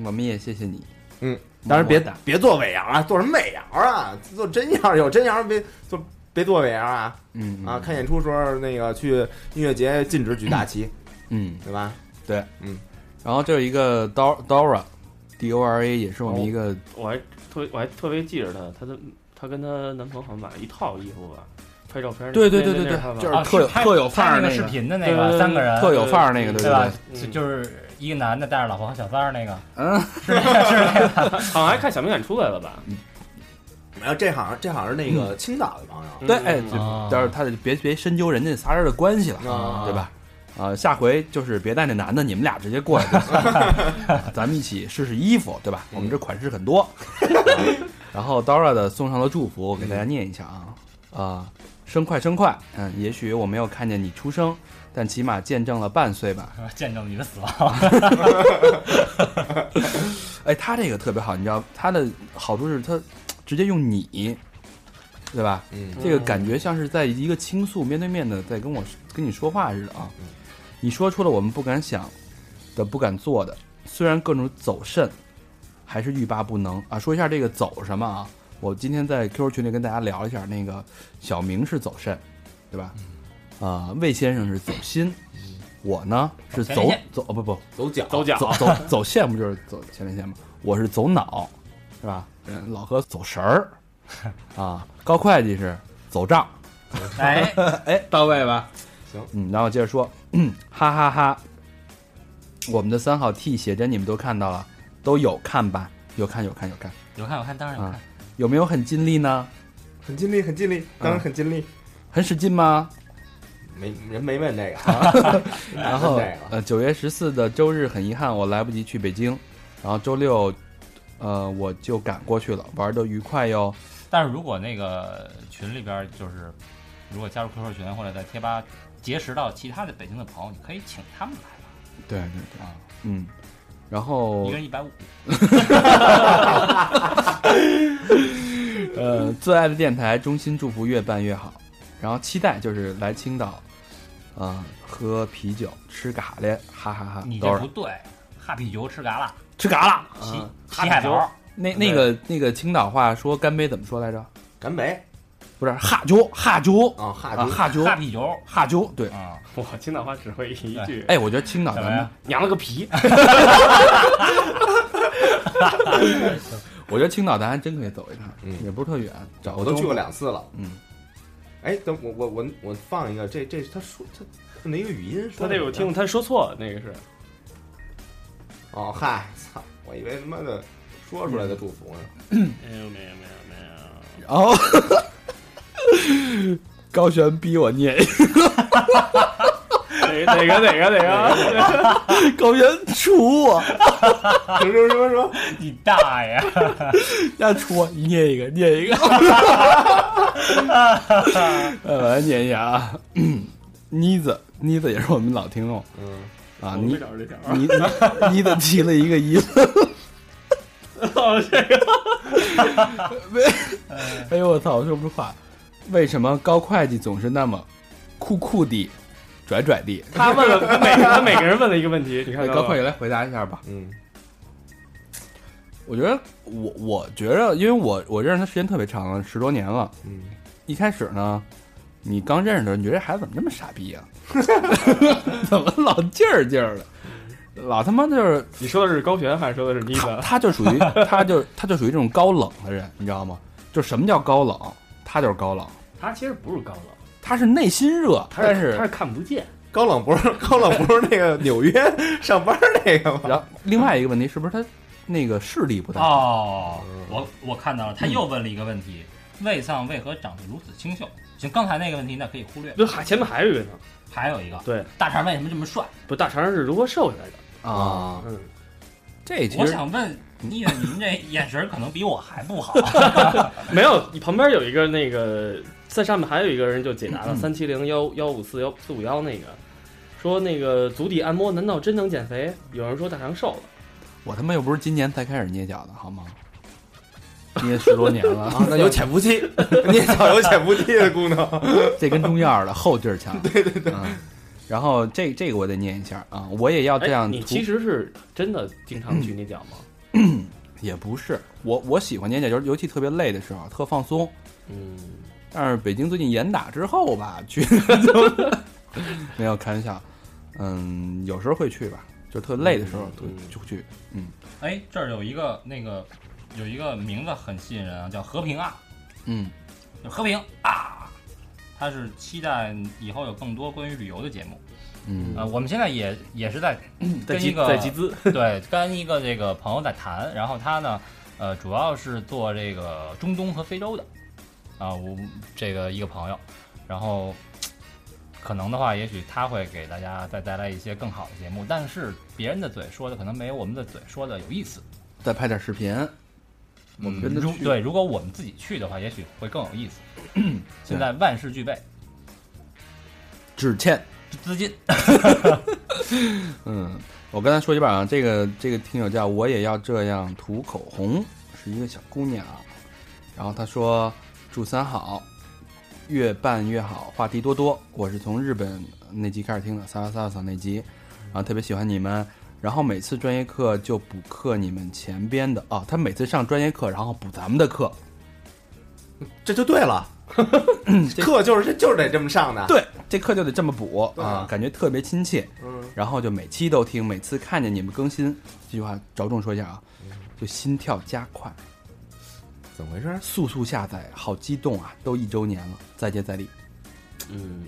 Speaker 2: 我么也谢谢你。
Speaker 4: 嗯，当然别
Speaker 2: 么么哒
Speaker 4: 别做伪谣啊，做什么伪谣啊？做真谣有真谣，别做别做伪谣啊！
Speaker 2: 嗯
Speaker 4: 啊，看演出时候那个去音乐节禁止举大 旗，
Speaker 2: 嗯，
Speaker 4: 对吧？
Speaker 2: 对，
Speaker 4: 嗯。
Speaker 2: 然后这有一个 Dor- Dora，D O R A，也是我们一个
Speaker 5: 我还特我还特别记着她，她的她跟她男朋友好像买了一套衣服吧，拍照片儿。
Speaker 2: 对对对对
Speaker 5: 那
Speaker 2: 对
Speaker 5: 那她吧
Speaker 2: 就是
Speaker 3: 啊
Speaker 2: 特有
Speaker 3: 拍
Speaker 2: 特有范
Speaker 3: 拍
Speaker 2: 儿
Speaker 3: 那
Speaker 2: 那
Speaker 3: 视
Speaker 2: 个
Speaker 3: 频的那
Speaker 5: 对对
Speaker 3: 个
Speaker 5: 对
Speaker 3: 三个人，
Speaker 2: 特有范儿那个，
Speaker 5: 对
Speaker 2: 对
Speaker 3: 对吧？
Speaker 5: 嗯
Speaker 3: 就就是一个男的带着老婆和小三儿那个，
Speaker 2: 嗯，
Speaker 5: 好像还看小明演出来了吧？
Speaker 4: 然后这好像这好像是那个青岛的朋友，
Speaker 2: 对，哎，
Speaker 5: 嗯
Speaker 2: 就
Speaker 3: 啊
Speaker 2: 但是他就别别深究人家仨人的关系了，
Speaker 4: 啊
Speaker 2: 对吧？啊，下回就是别带那男的，你们俩直接过来就行，咱们一起试试衣服，对吧？我们这款式很多。然后 Dora 的送上了祝福，我给大家念一下啊。啊、生快生快，嗯，也许我没有看见你出生，但起码见证了半岁吧。
Speaker 3: 见证你的死 亡。
Speaker 2: 哎，他这个特别好，你知道他的好处是他直接用你，对吧？
Speaker 4: 嗯
Speaker 2: 这个感觉像是在一个倾诉、面对面的在跟我跟你说话似的啊
Speaker 4: 嗯。
Speaker 2: 你说出了我们不敢想的、不敢做的，虽然各种走肾，还是欲罢不能啊。说一下这个走什么啊？我今天在 QQ 群里跟大家聊一下，那个小明是走肾，对吧？
Speaker 4: 嗯
Speaker 2: 啊、魏先生是走心，我呢是
Speaker 3: 前
Speaker 4: 哎
Speaker 2: 走
Speaker 3: 列腺
Speaker 2: 走哦不不
Speaker 4: 走脚
Speaker 5: 走脚
Speaker 2: 走走走线不就是走前列腺吗？我是走脑，是吧？嗯老何走神儿，啊，高会计是走账，
Speaker 3: 哎，
Speaker 2: 哎，到位吧？
Speaker 4: 行，
Speaker 2: 嗯，然后接着说， 哈哈哈我们的三号 T 写真你们都看到了，都有看吧？有看有看有看，
Speaker 3: 有看我看，当
Speaker 2: 嗯
Speaker 3: 然有看。
Speaker 2: 有没有很尽力呢？
Speaker 4: 很尽力，很尽力，当然很尽力。
Speaker 2: 很使劲吗？
Speaker 4: 没人没问这个，
Speaker 2: 然
Speaker 4: 哪问
Speaker 2: 后
Speaker 4: 这个
Speaker 2: 呃，九月十四的周日很遗憾我来不及去北京，然后周六，呃，我就赶过去了，玩的愉快哟。
Speaker 3: 但是如果那个群里边就是，如果加入 QQ 群或者在贴吧结识到其他的北京的朋友，你可以请他们来吧。
Speaker 2: 对对对，
Speaker 3: 啊，
Speaker 2: 嗯，然
Speaker 3: 一
Speaker 2: 后
Speaker 3: 个人一百五，
Speaker 2: 呃，最爱的电台，衷心祝福越办越好。然后期待就是来青岛，啊、喝啤酒，吃嘎咧，哈哈哈
Speaker 3: 你，这
Speaker 2: 都
Speaker 3: 不
Speaker 2: 是
Speaker 3: 对。哈啤酒吃嘎啦，
Speaker 2: 啊吃嘎啦。嗯
Speaker 3: 西
Speaker 5: 啊
Speaker 3: 西海
Speaker 5: 哈
Speaker 3: 岛，
Speaker 2: 那那个那个青岛话说干杯怎么说来着？
Speaker 4: 干杯
Speaker 2: 不是哈酒哈酒
Speaker 4: 啊！哈
Speaker 2: 啊
Speaker 4: 猪，
Speaker 2: 哈酒
Speaker 3: 哈啤酒
Speaker 2: 哈酒对。
Speaker 3: 啊，
Speaker 5: 我青岛话只会一句，
Speaker 2: 哎，我觉得青岛咱
Speaker 3: 什么
Speaker 2: 们
Speaker 3: 呀，
Speaker 5: 娘了个皮！
Speaker 2: 我觉得青岛咱还真可以走一趟，
Speaker 4: 嗯
Speaker 2: 也不是特远，找
Speaker 4: 我
Speaker 2: 个
Speaker 4: 都
Speaker 2: 周
Speaker 4: 去过
Speaker 2: 末。
Speaker 4: 两次了。
Speaker 2: 嗯，
Speaker 4: 哎，等我我我我放一个，这这他说他他那个语音说
Speaker 5: 他这个我听过，他说错了，那个是
Speaker 4: 哦，嗨，操！我以为他妈的说出来的祝福呢。
Speaker 5: 没有没有没有没有，
Speaker 2: 然后哦 高璇逼我念，
Speaker 5: 哪哪个哪个哪个？
Speaker 2: 高璇杵我。
Speaker 4: 什么什么什么？
Speaker 3: 你大爷！
Speaker 2: 让戳你念一个，念 一个。呃，我来念一下啊， 妮子，妮子也是我们老听众
Speaker 4: 嗯，
Speaker 2: 啊，
Speaker 5: 我
Speaker 2: 妮
Speaker 5: 没找着这条啊。
Speaker 2: 妮妮子提了一个 疑问，
Speaker 5: 哦，这个
Speaker 2: 哎呦我操，我说不出话。为什么高会计总是那么酷酷的、拽拽的？
Speaker 5: 他问了他每他每个人问了一个问题，你看
Speaker 2: 哎
Speaker 5: 到
Speaker 2: 高
Speaker 5: 吗
Speaker 2: 会计来回答一下吧。
Speaker 4: 嗯，
Speaker 2: 我觉得，我我觉着，因为我我认识他时间特别长了，十多年了。
Speaker 4: 嗯，
Speaker 2: 一开始呢，你刚认识他，你觉得这孩子怎么这么傻逼呀、 怎么老劲儿劲儿的，老他妈就是
Speaker 5: 你说的是高璇还是说的是妮
Speaker 2: 他，
Speaker 5: 子？
Speaker 2: 他就属于他就他就属于这种高冷的人，你知道吗？就什么叫高冷？他就是高冷，
Speaker 5: 他其实不是高冷，
Speaker 2: 他是内心热，
Speaker 5: 他
Speaker 2: 但
Speaker 5: 是
Speaker 2: 是
Speaker 5: 他是看不见。
Speaker 4: 高冷不是 高冷不是那个纽约上班那 个吗？
Speaker 2: 然后另外一个问题是不是他那个视力不太好？
Speaker 3: 哦，我我看到了，他又问了一个问题：魏丧为何长得如此清秀？行，刚才那个问题呢可以忽略。
Speaker 5: 就还前面还有一个呢，
Speaker 3: 还有一个，
Speaker 5: 对，
Speaker 3: 大肠为什么这么帅？
Speaker 5: 不，大肠是如何瘦下来的？
Speaker 2: 啊，
Speaker 5: 嗯，
Speaker 2: 这其
Speaker 3: 我
Speaker 2: 实
Speaker 3: 想问你，您这眼神可能比我还不 好。
Speaker 5: 没有，你旁边有一个那个，在上面还有一个人就解答了三七零幺幺五四幺四五幺那个，说那个足底按摩难道真能减肥？有人说大肠瘦了，
Speaker 2: 我他妈又不是今年才开始捏脚的，好吗？捏十多年了，
Speaker 4: 啊，那有潜伏期，你也早有潜伏期的姑娘。
Speaker 2: 这跟中药似的，后劲儿强。 对对对。然后这这个我得念一下啊，我也要这
Speaker 5: 哎，
Speaker 2: 样涂。
Speaker 5: 你其实是真的经常去捏脚吗？
Speaker 2: 也不是，我我喜欢捏脚，尤尤其特别累的时候，特放松。
Speaker 5: 嗯，
Speaker 2: 但是北京最近严打之后吧，去 就没有开玩笑，嗯，有时候会去吧，就特累的时候就
Speaker 5: 嗯
Speaker 2: 就会去。
Speaker 3: 哎，这儿有一个那个有一个名字很吸引人啊，叫和平啊，
Speaker 2: 嗯，
Speaker 3: 就和平啊。他是期待以后有更多关于旅游的节目
Speaker 2: 嗯
Speaker 3: 啊、呃我们现在也也是在
Speaker 5: 在
Speaker 3: 跟
Speaker 5: 集
Speaker 3: 一个
Speaker 5: 在集资，
Speaker 3: 对，跟一个这个朋友在谈，然后他呢，呃，主要是做这个中东和非洲的，啊，我这个一个朋友，然后可能的话，也许他会给大家再带来一些更好的节目，但是别人的嘴说的可能没有我们的嘴说的有意思。
Speaker 2: 再拍点视频，
Speaker 3: 我们
Speaker 2: 真的
Speaker 5: 嗯
Speaker 3: 如
Speaker 2: 去
Speaker 3: 对，如果我们自己去的话，也许会更有意思。现在万事俱备，
Speaker 2: 只欠
Speaker 3: 资金
Speaker 2: 嗯，我刚才说一半啊，这个这个听友叫我也要这样涂口红，是一个小姑娘，啊然后她说祝三好，越办越好，话题多多。我是从日本那集开始听的，撒撒撒撒那集，然后特别喜欢你们。然后每次专业课就补课你们前边的哦，他每次上专业课，然后补咱们的课，
Speaker 4: 这就对 了。课就是这就是得这么上的，
Speaker 2: 对，这课就得这么补
Speaker 4: 啊对啊
Speaker 2: 啊，感觉特别亲切。
Speaker 4: 嗯，
Speaker 2: 然后就每期都听，每次看见你们更新，这句话着重说一下啊，
Speaker 4: 嗯
Speaker 2: 就心跳加快，
Speaker 4: 怎么回事？
Speaker 2: 速速下载，好激动啊！都一周年了，再接再厉。
Speaker 5: 嗯，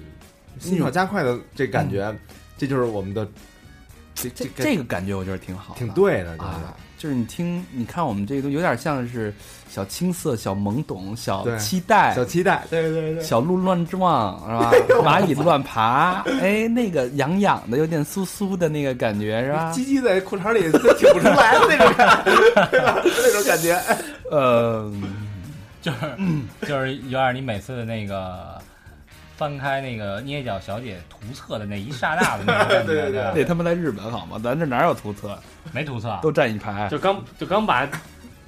Speaker 4: 心跳加快的这感觉，这就是我们的这
Speaker 2: 嗯这
Speaker 4: 个
Speaker 2: 这个感觉我觉得挺好的，
Speaker 4: 挺对的，就是
Speaker 2: 啊，就是你听，你看我们这个都有点像是小青涩、小懵懂、小
Speaker 4: 对
Speaker 2: 期待、
Speaker 4: 小期待，对对哎对，
Speaker 2: 小鹿乱撞是吧？蚂蚁乱爬，哎，那个痒痒的，有点酥酥的那个感觉是吧？
Speaker 4: 鸡鸡在裤衩里都挺不出来的那种感觉，对吧？ 那种感觉，
Speaker 2: 呃，
Speaker 3: 就是就是有点你每次的那个翻开那个捏脚小姐图册的那一刹那的那种感觉，
Speaker 4: 对对对
Speaker 2: 那他妈在日本好吗？咱这哪有图册，
Speaker 3: 没图册啊，
Speaker 2: 都站一排。
Speaker 5: 就刚就刚把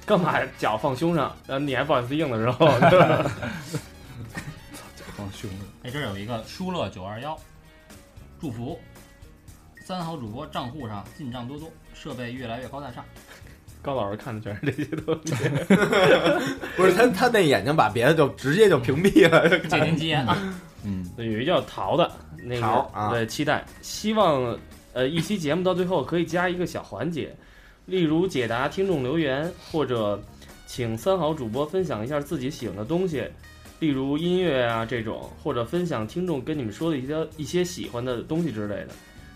Speaker 5: 刚把脚放胸上，然后你还不好意思硬的 时候，对吧？
Speaker 2: 放胸了。
Speaker 3: 哎，这儿有一个舒乐九二幺，祝福三好主播账户上进账多多，设备越来越高大上。
Speaker 5: 高老师看的全是这些东西。
Speaker 4: 不是他他那眼睛把别的就直接就屏蔽了， 就
Speaker 3: 借
Speaker 4: 看
Speaker 3: 您吉言啊！
Speaker 2: 嗯，
Speaker 5: 有一个叫桃的，那个
Speaker 4: 桃啊
Speaker 5: 对，期待，希望呃一期节目到最后可以加一个小环节，例如解答听众留言，或者请三好主播分享一下自己喜欢的东西，例如音乐啊这种，或者分享听众跟你们说的一些一些喜欢的东西之类的。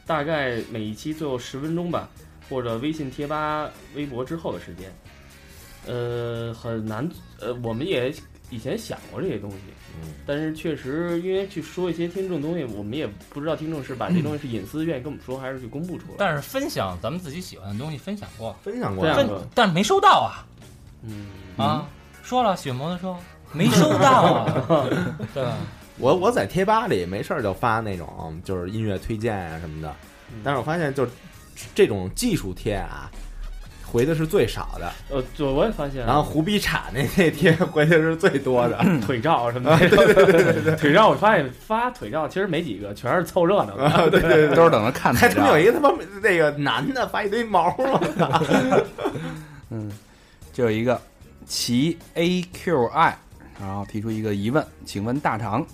Speaker 5: 大概每一期最后十分钟吧，或者微信、贴吧、微博之后的时间。呃，很难，呃，我们也以前想过这些东西，但是确实，因为去说一些听众东西，我们也不知道听众是把这东西是隐私愿意跟我们说，还是去公布出来。
Speaker 3: 但是分享咱们自己喜欢的东西，分享过，
Speaker 4: 分享过
Speaker 2: 啊
Speaker 5: 这，样
Speaker 3: 分
Speaker 5: 的，
Speaker 3: 但是没收到啊
Speaker 5: 嗯，
Speaker 3: 啊！说了雪摩托车没收到啊，对吧？
Speaker 4: 我我在贴吧里没事儿就发那种就是音乐推荐啊什么的，
Speaker 2: 嗯
Speaker 4: 但是我发现就是这种技术贴啊，回的是最少的，
Speaker 5: 呃，对，我也发
Speaker 2: 嗯
Speaker 5: 现了，
Speaker 4: 然后胡逼铲那那贴回的是最多的，
Speaker 5: 腿照什么的，对对对对， 腿照我发现发腿照其实没几个，全是凑热闹 的。
Speaker 2: 都是等着 看
Speaker 4: 还
Speaker 2: 的。
Speaker 4: 他妈有一个他妈那个男的发一堆毛儿嘛，
Speaker 2: 嗯，这有一个其 AQI，然后提出一个疑问，请问大肠，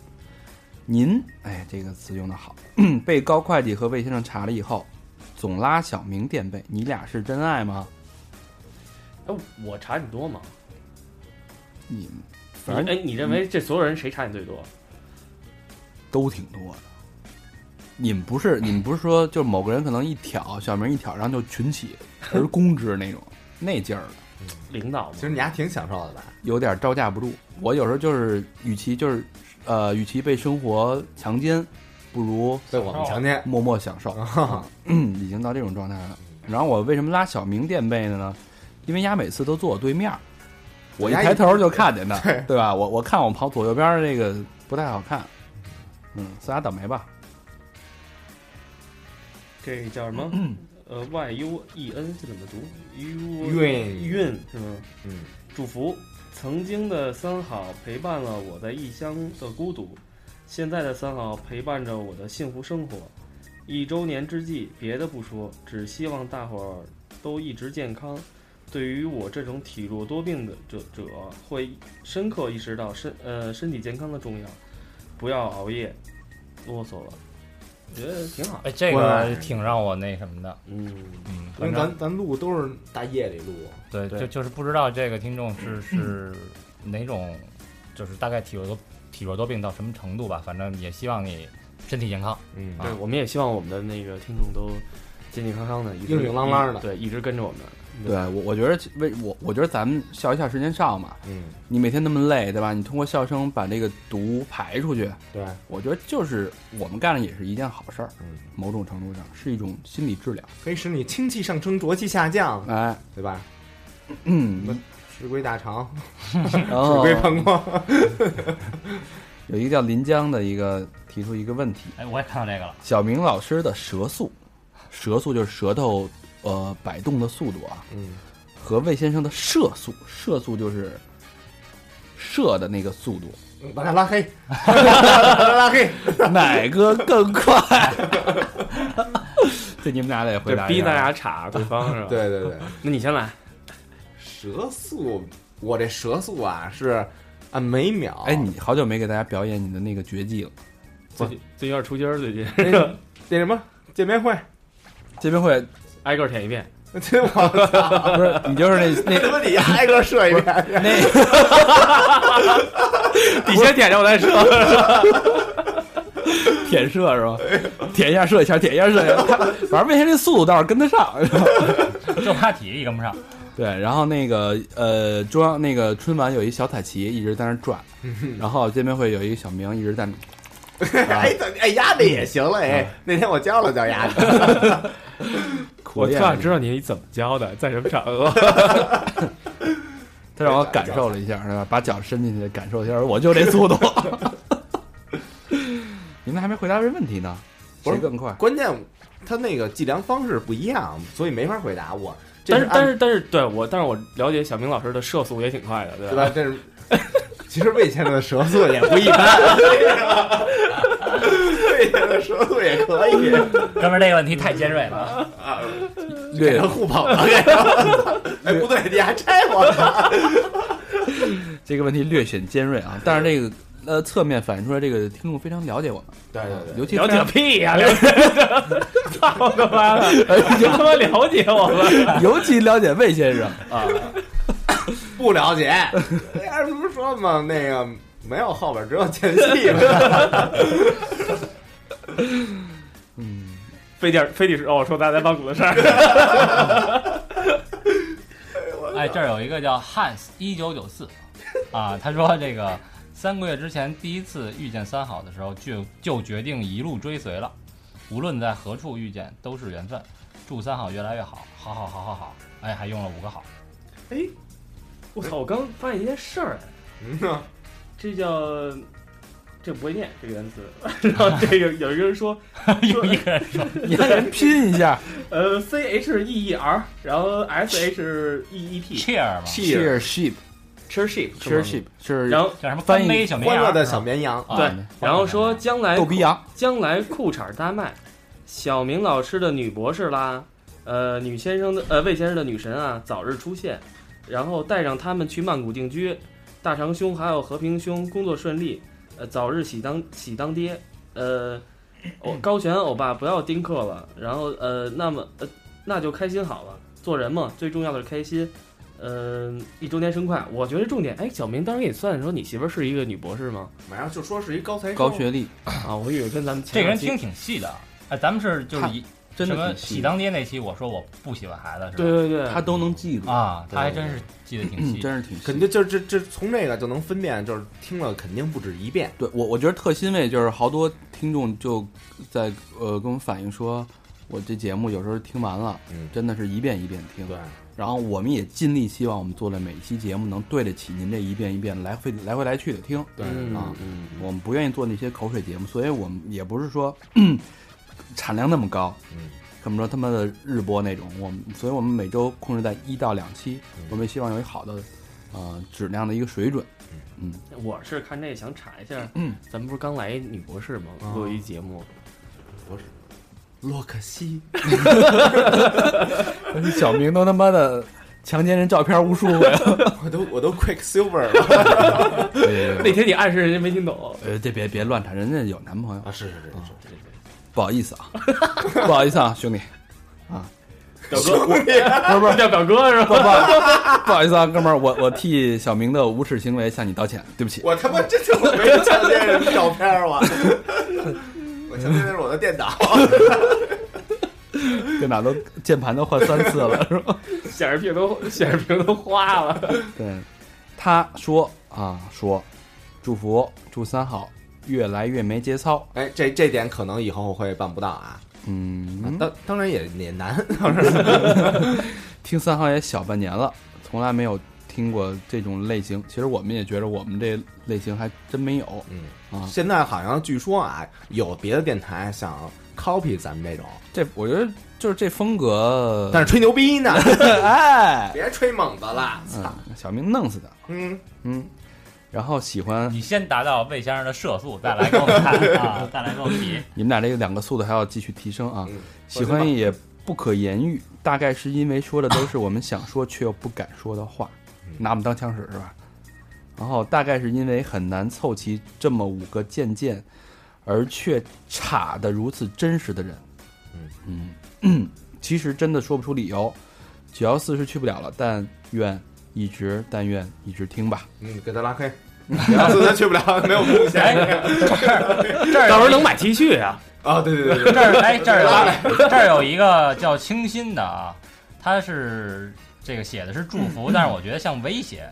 Speaker 2: 您哎这个词用的好， 被高会计和魏先生查了以后，总拉小明垫背，你俩是真爱吗？
Speaker 5: 哎，我查你多吗？
Speaker 2: 你们反正
Speaker 5: 哎，你认为这所有人谁查你最多？
Speaker 2: 都挺多的。你们不是你们不是说就某个人可能一挑小明一挑，然后就群起而攻之那种那劲儿的，
Speaker 5: 领导吗
Speaker 4: 其？实你还挺享受的吧？
Speaker 2: 有点招架不住。我有时候就是，与其就是，呃，与其被生活强奸，不如
Speaker 4: 被我们强奸，
Speaker 2: 默默享受，
Speaker 4: 哦
Speaker 2: 啊嗯 已经到这种状态了。然后我为什么拉小明垫背的呢？因为丫每次都坐我对面儿，我一
Speaker 4: 丫一
Speaker 2: 抬头就看见他，
Speaker 4: 对
Speaker 2: 对吧？我我看我跑左右边儿这个不太好看，嗯，算他倒霉吧。
Speaker 5: 这叫什么？呃，Y U E N 这怎么读？U
Speaker 4: 运
Speaker 5: 运是吗？
Speaker 4: 嗯，
Speaker 5: 祝福曾经的三好陪伴了我在异乡的孤独，现在的三好陪伴着我的幸福生活。一周年之际，别的不说，只希望大伙儿都一直健康。对于我这种体弱多病的者者，会深刻意识到身呃身体健康的重要，不要熬夜，啰嗦了，我觉得挺好。
Speaker 3: 哎，这个挺让我那什么的，
Speaker 5: 嗯，
Speaker 3: 嗯，
Speaker 4: 因
Speaker 3: 反
Speaker 4: 为
Speaker 3: 正
Speaker 4: 咱咱录都是大夜里录，
Speaker 3: 对，
Speaker 5: 对
Speaker 3: 就就是不知道这个听众是是哪种，就是大概体弱多体弱多病到什么程度吧，反正也希望你身体健康。
Speaker 4: 嗯
Speaker 5: 对，我们也希望我们的那个听众都健健康康的，一直
Speaker 4: 硬硬朗朗的
Speaker 5: 对，一直跟着我们。
Speaker 2: 对我，我觉得为我，我觉得咱们笑一笑，十年少嘛。
Speaker 4: 嗯，
Speaker 2: 你每天那么累，对吧？你通过笑声把这个毒排出去，
Speaker 4: 对，
Speaker 2: 我觉得就是我们干的也是一件好事儿。
Speaker 4: 嗯，
Speaker 2: 某种程度上是一种心理治疗。
Speaker 4: 嗯可以使你清气上升，浊气下降，
Speaker 2: 哎，
Speaker 4: 对吧？
Speaker 2: 嗯，
Speaker 4: 石龟大肠、
Speaker 2: 然
Speaker 4: 石
Speaker 2: 后
Speaker 4: 龟膀胱，
Speaker 2: 嗯哦有一个叫临江的一个提出一个问题，
Speaker 3: 哎，我也看到这个了。
Speaker 2: 小明老师的舌速，舌速就是舌头呃摆动的速度啊，
Speaker 4: 嗯，
Speaker 2: 和魏先生的射速，射速就是射的那个速 度，
Speaker 4: 把它拉 黑，把它拉黑。
Speaker 2: 哪个更快？这你们俩得回
Speaker 5: 对，
Speaker 2: 答一
Speaker 5: 逼
Speaker 2: 下
Speaker 5: 大家查 对方是吧？，
Speaker 4: 对对 对，
Speaker 5: 那你先来，
Speaker 4: 蛇速，我这蛇速啊是按每秒。
Speaker 2: 哎，你好久没给大家表演你的那个绝技了。
Speaker 5: 最近最近有点出筋儿，最近
Speaker 4: 那个那什么见面 会，
Speaker 2: 这边会啊
Speaker 5: 挨个舔一遍。
Speaker 4: 这我操，
Speaker 2: 不是你就是那
Speaker 4: 他妈你挨个射一 遍。
Speaker 2: 那那
Speaker 5: 你先舔 着我 再说。
Speaker 2: 舔射是吧？舔一下射一下，舔一下射一下，反正魏先生这速度倒是跟得上。 是吧
Speaker 3: 就怕体力跟不上，
Speaker 2: 对，然后那个呃，中央那个春晚有一小彩旗一直在那儿转，然后见面会有一个小明一直在那，啊
Speaker 4: 哎，等哎鸭子也行了哎，那天我教了教鸭子，
Speaker 2: 苦
Speaker 5: 我特
Speaker 2: 练。
Speaker 5: 想知道你怎么教的，在什么场合？
Speaker 2: 他让我感受了一下，是吧？把脚伸进去感受一下，我就这速度。 你们还没回答这问题呢，
Speaker 4: 不是
Speaker 2: 谁更快？
Speaker 4: 关键他那个计量方式不一样，所以没法回答我。这
Speaker 5: 但是
Speaker 4: 按
Speaker 5: 但是但是，对我但是我了解小明老师的射速也挺快的，对
Speaker 4: 对
Speaker 5: 吧
Speaker 4: 吧？？这是，其实魏先生的舌速也不一般， 魏先生的舌速也可以，
Speaker 3: 哥们儿这个问题太尖锐了。
Speaker 4: 给
Speaker 2: 略
Speaker 4: 人互捧了，给人 哎，不对，你还拆我呢？
Speaker 2: 这个问题略显尖锐啊，但是这个呃侧面反映出来，这个听众非常了解我们，
Speaker 4: 对对
Speaker 2: 尤其 非
Speaker 5: 了解
Speaker 2: 常
Speaker 5: 屁 呀！了解操他妈的！你他妈了解我们？
Speaker 2: 尤其了解魏先生。
Speaker 4: 不了解，哎，不是说嘛，那个没有后边，只有前戏嘛。
Speaker 2: 嗯，
Speaker 5: 非得非得说哦，说大家帮主的事儿。
Speaker 3: 哎，这儿有一个叫 Hans 一九九四，啊，他说这个三个月之前第一次遇见三好的时候，就就决定一路追随了，无论在何处遇见都是缘分。祝三好越来越好，好好好好好，哎，还用了五个好，
Speaker 5: 哎，我操！我刚发现一件事儿，哎
Speaker 4: 嗯呐
Speaker 5: 这叫这不会念这个单词。 然后这个有一个人说说
Speaker 3: 一个人说
Speaker 2: 你让人拼一下
Speaker 5: 呃 C H E E R，然后 S H E E T。
Speaker 3: cheer 嘛，
Speaker 4: Cheer
Speaker 2: sheep
Speaker 5: Cheership
Speaker 2: cheer sheep 是
Speaker 5: 然后
Speaker 3: 叫什么干杯小绵
Speaker 4: 欢
Speaker 3: 羊，
Speaker 4: 乐的小绵羊，
Speaker 3: 啊
Speaker 5: 对
Speaker 2: 啊，
Speaker 5: 然后说将来
Speaker 2: 逗逼羊，
Speaker 5: 将来裤衩大卖，小明老师的女博士啦，呃，女先生的呃魏先生的女神啊，早日出现，然后带上他们去曼谷定居，大长兄还有和平兄工作顺利，呃，早日喜当喜当爹，呃， 哦、高璇欧巴不要丁克了，然后呃，那么呃，那就开心好了，做人嘛，最重要的是开心。嗯、一周年生快，我觉得重点，哎，小明当时给你算的时候，你媳妇儿是一个女博士吗？
Speaker 4: 马上就说是一高材生
Speaker 2: 高学历，
Speaker 5: 啊，我以为跟咱们
Speaker 3: 这个人
Speaker 5: 前两期
Speaker 3: 听挺细的，哎，咱们是就是一
Speaker 2: 真
Speaker 3: 什么
Speaker 2: 的挺
Speaker 3: 喜
Speaker 2: 细，
Speaker 3: 当爹那期，我说我不喜欢孩子是吧？
Speaker 5: 对对对，
Speaker 2: 他都能记住，
Speaker 3: 啊，他还真是记得挺
Speaker 2: 嗯
Speaker 3: 细，
Speaker 2: 真是挺细
Speaker 4: 肯定就这这从这个就能分辨，就是听了肯定不止一遍。
Speaker 2: 对我，我觉得特欣慰，就是好多听众就在呃跟我们反映说，我这节目有时候听完了，
Speaker 4: 嗯
Speaker 2: 真的是一遍一遍听。
Speaker 4: 对，
Speaker 2: 然后我们也尽力希望我们做的每一期节目能对得起您这一遍一遍来回来回来去的听。
Speaker 4: 对
Speaker 5: 嗯
Speaker 2: 啊
Speaker 5: 嗯
Speaker 2: 我们不愿意做那些口水节目，所以我们也不是说 产量那么高，
Speaker 4: 嗯，
Speaker 2: 怎么说他妈的日播那种，我们，所以我们每周控制在一到两期
Speaker 4: 嗯，
Speaker 2: 我们也希望有一好的呃质量的一个水准。嗯，
Speaker 5: 我是看这个想查一下，
Speaker 2: 嗯，
Speaker 5: 咱们不是刚来一女博士吗？
Speaker 4: 啊
Speaker 5: 录一节目，
Speaker 4: 洛克西，
Speaker 2: 小明都他妈的强奸人照片无数回 了。
Speaker 4: 我都我都 Quicksilver 了
Speaker 5: 那天你暗示人家没听懂，
Speaker 2: 呃，这别别乱查，人家有男朋友，
Speaker 4: 啊！是是是是，
Speaker 2: 不好意思啊， 不好意思啊，兄弟，啊
Speaker 5: 表哥，我
Speaker 2: 不是不是，
Speaker 5: 叫表哥是
Speaker 2: 不
Speaker 5: 吧？
Speaker 2: 不不好意思啊，哥们儿，我我替小明的无耻行为向你道歉，对不起。
Speaker 4: 我他妈真的没有强奸人的照片 儿我，我强奸的是我的电脑。
Speaker 2: 电脑都键盘都换三次了，是吧？
Speaker 5: 显示屏都显示屏都花了。
Speaker 2: 对，他说啊说，祝福祝三好越来越没节操。
Speaker 4: 哎，这这点可能以后会办不到啊，啊
Speaker 2: 嗯，
Speaker 4: 当当然也也难。
Speaker 2: 听三好也小半年了，从来没有听听过这种类型，其实我们也觉得我们这类型还真没有
Speaker 4: 嗯，
Speaker 2: 啊。
Speaker 4: 现在好像据说啊，有别的电台想 copy 咱们这种，
Speaker 2: 这我觉得就是这风格，
Speaker 4: 但是吹牛逼 呢，
Speaker 2: 哎，
Speaker 4: 别吹猛子了，操，
Speaker 2: 嗯，小明弄死的，
Speaker 4: 嗯，
Speaker 2: 嗯，然后喜欢
Speaker 3: 你先达到魏先生的社速，再来跟我们谈啊，再来跟我们比。
Speaker 2: 你们俩这两个速度还要继续提升啊
Speaker 4: 嗯！
Speaker 2: 喜欢也不可言喻，大概是因为说的都是我们想说却又不敢说的话，拿我们当枪使是吧？然后大概是因为很难凑齐这么五个渐渐，而却差的如此真实的人
Speaker 4: 嗯。
Speaker 2: 嗯， 其实真的说不出理由。九幺四是去不了了，但愿一直，但愿一直听吧。
Speaker 4: 嗯，给他拉黑， 然后他去不了，没有贡
Speaker 3: 哎
Speaker 4: 献。
Speaker 3: 这
Speaker 2: 哎
Speaker 3: 儿
Speaker 5: 到时候
Speaker 3: 有
Speaker 5: 能买 T 恤啊。
Speaker 4: 啊，对对对
Speaker 3: 这儿哎，这儿有这儿有一个叫清新的啊，他是这个写的是祝福，但是我觉得像威胁，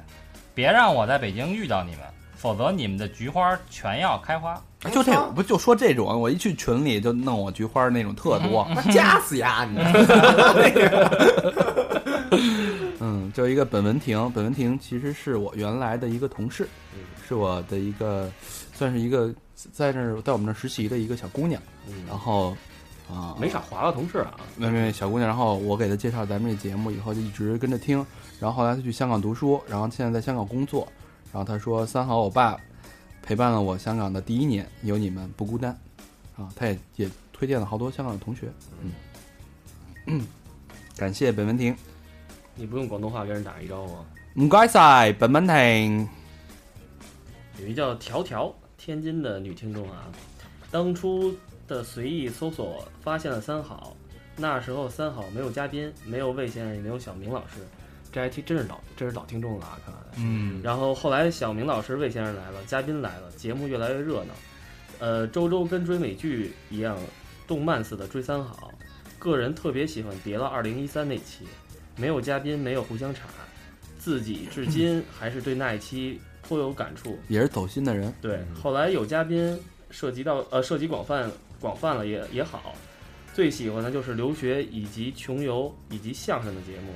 Speaker 3: 别让我在北京遇到你们，否则你们的菊花全要开花。
Speaker 4: 对，
Speaker 2: 就这种，不就说这种，我一去群里就弄我菊花那种特多。
Speaker 4: 他妈夹死呀你！
Speaker 2: 嗯，就一个本文婷，本文婷其实是我原来的一个同事，是我的一个算是一个在那儿在我们那儿实习的一个小姑娘，
Speaker 5: 嗯
Speaker 2: 然后啊、
Speaker 5: 没少划了同事啊，
Speaker 2: 没没没小姑娘，然后我给她介绍咱们这节目以后就一直跟着听，然后后来她去香港读书，然后现在在香港工作，然后她说三好我爸陪伴了我香港的第一年，有你们不孤单啊，她也也推荐了好多香港的同学，嗯， 感谢本文婷。
Speaker 5: 你不用广东话跟人打一招呼啊。
Speaker 2: 唔该晒，本文婷。
Speaker 5: 有一叫条条天津的女听众啊，当初的随意搜索发现了三好，那时候三好没有嘉宾，没有魏先生，也没有小明老师，这还听真是老真是老听众了啊，看来。
Speaker 3: 嗯，
Speaker 5: 然后后来小明老师、魏先生来了，嘉宾来了，节目越来越热闹。呃，周周跟追美剧一样，动漫似的追三好。个人特别喜欢《别了2013》那期，没有嘉宾，没有互相插，自己至今还是对那一期颇有感触。
Speaker 2: 也是走心的人，
Speaker 5: 对，后来有嘉宾涉及到呃涉及广泛广泛了也也好，最喜欢的就是留学以及穷游以及相声的节目。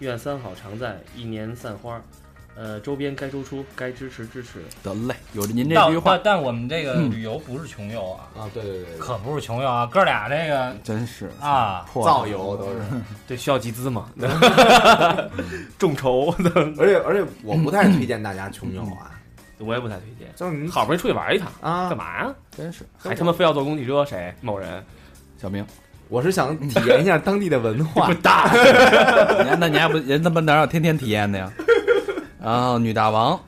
Speaker 5: 愿三好常在，一年散花。呃，周边该输出，该支持支持。
Speaker 2: 得嘞，有您这
Speaker 3: 但
Speaker 2: 句话
Speaker 3: 但但我们这个旅游不是穷游啊，
Speaker 4: 啊，对对对对，
Speaker 3: 可不是穷游啊，哥俩这个
Speaker 2: 真是
Speaker 3: 啊，
Speaker 2: 破
Speaker 4: 造谣都是。
Speaker 5: 对，需要集资 嘛？众筹，
Speaker 4: 而且而且，我不太推荐大家穷游啊，
Speaker 5: 我也不太推荐。
Speaker 4: 就是你
Speaker 5: 嗯好不容易出去玩一趟，
Speaker 4: 啊
Speaker 5: 干，嘛呀？
Speaker 2: 真是
Speaker 5: 还他妈非要坐公汽车？谁？某人？
Speaker 2: 小明，
Speaker 4: 我是想体验一下当地的文 化。啊
Speaker 5: 蛋！
Speaker 2: 你 看那你还不人他妈哪有天天体验的呀？ 然后女大王，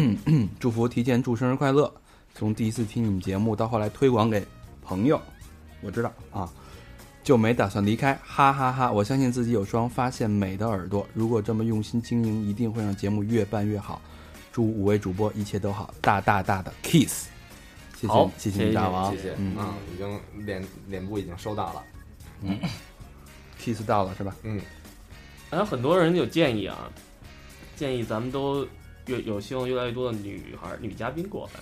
Speaker 2: 祝福提前祝生日快乐。从第一次听你们节目到后来推广给朋友，我知道啊，就没打算离开，哈哈哈我相信自己有双发现美的耳朵，如果这么用心经营，一定会让节目越办越好。祝五位主播一切都好，大大大的 kiss！谢谢
Speaker 5: 好
Speaker 2: 你，谢
Speaker 5: 谢
Speaker 2: 女
Speaker 5: 谢
Speaker 2: 大
Speaker 5: 你
Speaker 2: 王
Speaker 4: 谢谢，
Speaker 2: 嗯
Speaker 4: 啊，已经脸脸部已经收到了，嗯
Speaker 2: ，kiss 到了 是吧？
Speaker 5: 还有很多人有建议啊，建议咱们都越有希望越来越多的女孩女嘉宾过来，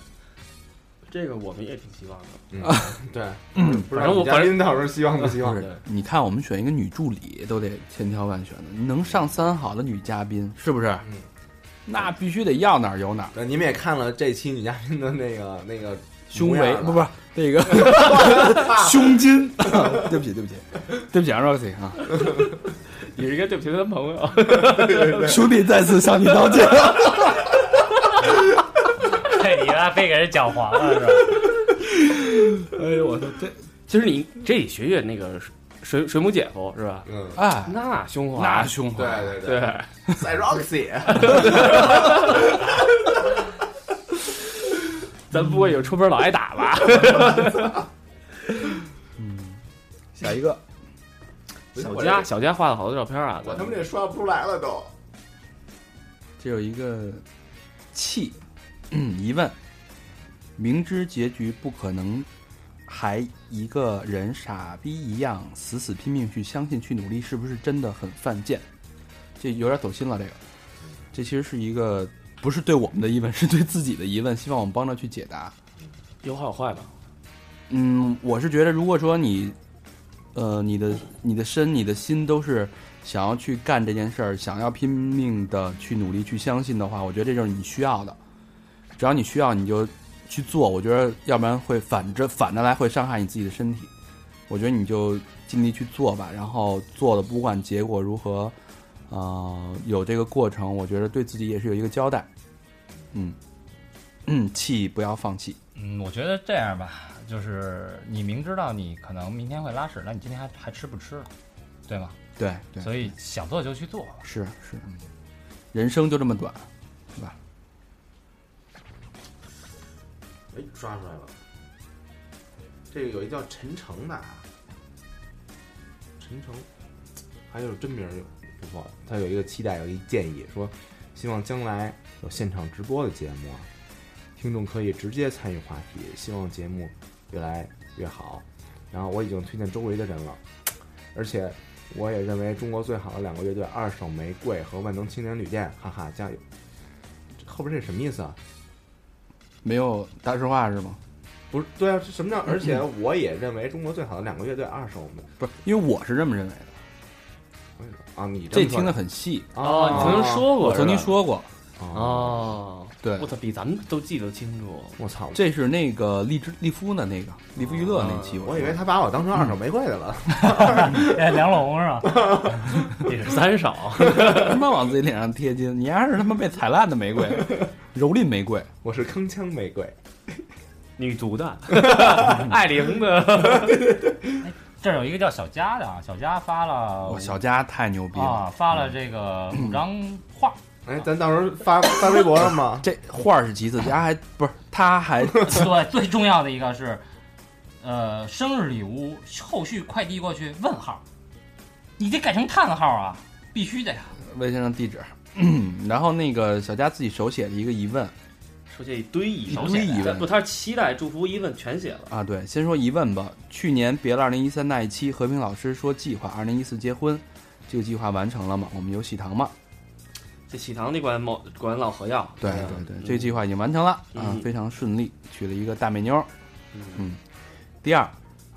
Speaker 5: 这个我们也挺希望的。
Speaker 4: 对，不知
Speaker 5: 反正
Speaker 4: 道
Speaker 5: 我
Speaker 4: 嘉
Speaker 5: 反正
Speaker 4: 宾到时候希望不希望
Speaker 2: 不？是，你看我们选一个女助理都得千挑万选的，能上三好的女嘉宾是不是？
Speaker 4: 嗯，
Speaker 2: 那必须得要哪儿有哪儿，
Speaker 4: 呃，你们也看了这期女嘉宾的那个那个啊
Speaker 2: 胸围不不
Speaker 4: 是
Speaker 2: 是那个 胸襟，对不起对不起对不起啊 Roxy 啊，
Speaker 5: 也是应该对不起他朋 友。
Speaker 2: 兄弟再次向你道歉。
Speaker 3: 这你妈非给人讲黄了是吧？
Speaker 2: 哎呦我操，这
Speaker 5: 其实你这里学学那个水水母姐夫是吧？
Speaker 4: 嗯，
Speaker 2: 哎
Speaker 5: 那胸怀，
Speaker 2: 那胸
Speaker 4: 对
Speaker 2: 怀，
Speaker 4: 对
Speaker 5: 对，
Speaker 4: 对，在 Roxy，
Speaker 5: 咱不会有出门老挨打吧？
Speaker 2: 下一个
Speaker 5: 小佳，小佳画了好多照片啊，
Speaker 4: 我他妈这刷不出来了都。
Speaker 2: 这有一个气 疑问，明知结局不可能，还一个人傻逼一样死死拼命去相信去努力，是不是真的很犯贱？这有点走心了，这个，这其实是一个不是对我们的疑问，是对自己的疑问，希望我们帮着去解答。
Speaker 5: 有好有坏吧？
Speaker 2: 嗯，我是觉得，如果说你，呃，你的你的身、你的心都是想要去干这件事儿，想要拼命的去努力去相信的话，我觉得这就是你需要的。啊只要你需要，你就去做。我觉得要不然会反着反着来会伤害你自己的身体。我觉得你就尽力去做吧，然后做的不管结果如何，呃，有这个过程，我觉得对自己也是有一个交代。嗯，嗯，气不要放弃。
Speaker 3: 嗯，我觉得这样吧，就是你明知道你可能明天会拉屎，那你今天还还吃不吃了，对吗？
Speaker 2: 对对，
Speaker 3: 所以想做就去做。
Speaker 2: 是是，人生就这么短。
Speaker 4: 哎，刷出来了。这个有一叫陈诚的，啊，陈诚，还有真名儿不错。他有一个期待，有一建议，说希望将来有现场直播的节目啊，听众可以直接参与话题，希望节目越来越好。然后我已经推荐周围的人了，而且我也认为中国最好的两个乐队二手玫瑰和万能青年旅店，哈哈，加油！这后边这什么意思啊？
Speaker 2: 没有大实话是吗？
Speaker 4: 不是，对啊，这什么叫？而且我也认为中国最好的两个乐队二手玫
Speaker 2: 不是，因为我是这么认为的。
Speaker 4: 瑰啊，你
Speaker 2: 这
Speaker 4: 么说啊
Speaker 2: 听得很细，
Speaker 5: 哦，你曾经说过，
Speaker 2: 我曾经
Speaker 5: 是吧
Speaker 2: 说过。
Speaker 4: 哦，
Speaker 5: 哦，
Speaker 2: 对
Speaker 5: 我，操，比咱们都记得清楚。
Speaker 4: 我操！
Speaker 2: 这是那个荔枝利夫的那个利夫娱乐那期，
Speaker 4: 我以
Speaker 2: 说
Speaker 4: 为他把我当成二手玫瑰的了，
Speaker 3: 哎，梁龙是吧？
Speaker 5: 也是三少，
Speaker 2: 他妈往自己脸上贴金，你丫是他妈被踩烂的玫瑰，蹂躏玫瑰。
Speaker 4: 我是铿锵玫瑰。
Speaker 5: 女足的，艾玲的，
Speaker 3: 哎这儿有一个叫小佳的啊，小佳发了
Speaker 2: 我小佳太牛逼了，
Speaker 3: 啊，发了这个五张画，
Speaker 4: 哎，咱到时候发发微博上 吗？
Speaker 2: 这画儿是其次，家还不是他还
Speaker 3: 对，最重要的一个是，呃，生日礼物后续快递过去问号，你得改成叹号啊，必须的呀。
Speaker 2: 微信上地址， 然后那个小佳自己手写了一个疑问
Speaker 5: 说这一堆疑
Speaker 2: 一堆疑问
Speaker 5: 不，他是期待、祝福、疑问全写了。
Speaker 2: 啊，对，先说疑问吧。去年别了二零一三那一期，和平老师说计划二零一四结婚，这个计划完成了吗？我们有喜糖吗？
Speaker 5: 这喜糖那管某管老何要，
Speaker 2: 对
Speaker 5: 嗯
Speaker 2: 对对，这个计划已经完成了啊
Speaker 5: 嗯，
Speaker 2: 非常顺利，娶了一个大美妞儿。
Speaker 5: 嗯
Speaker 2: 嗯，第二，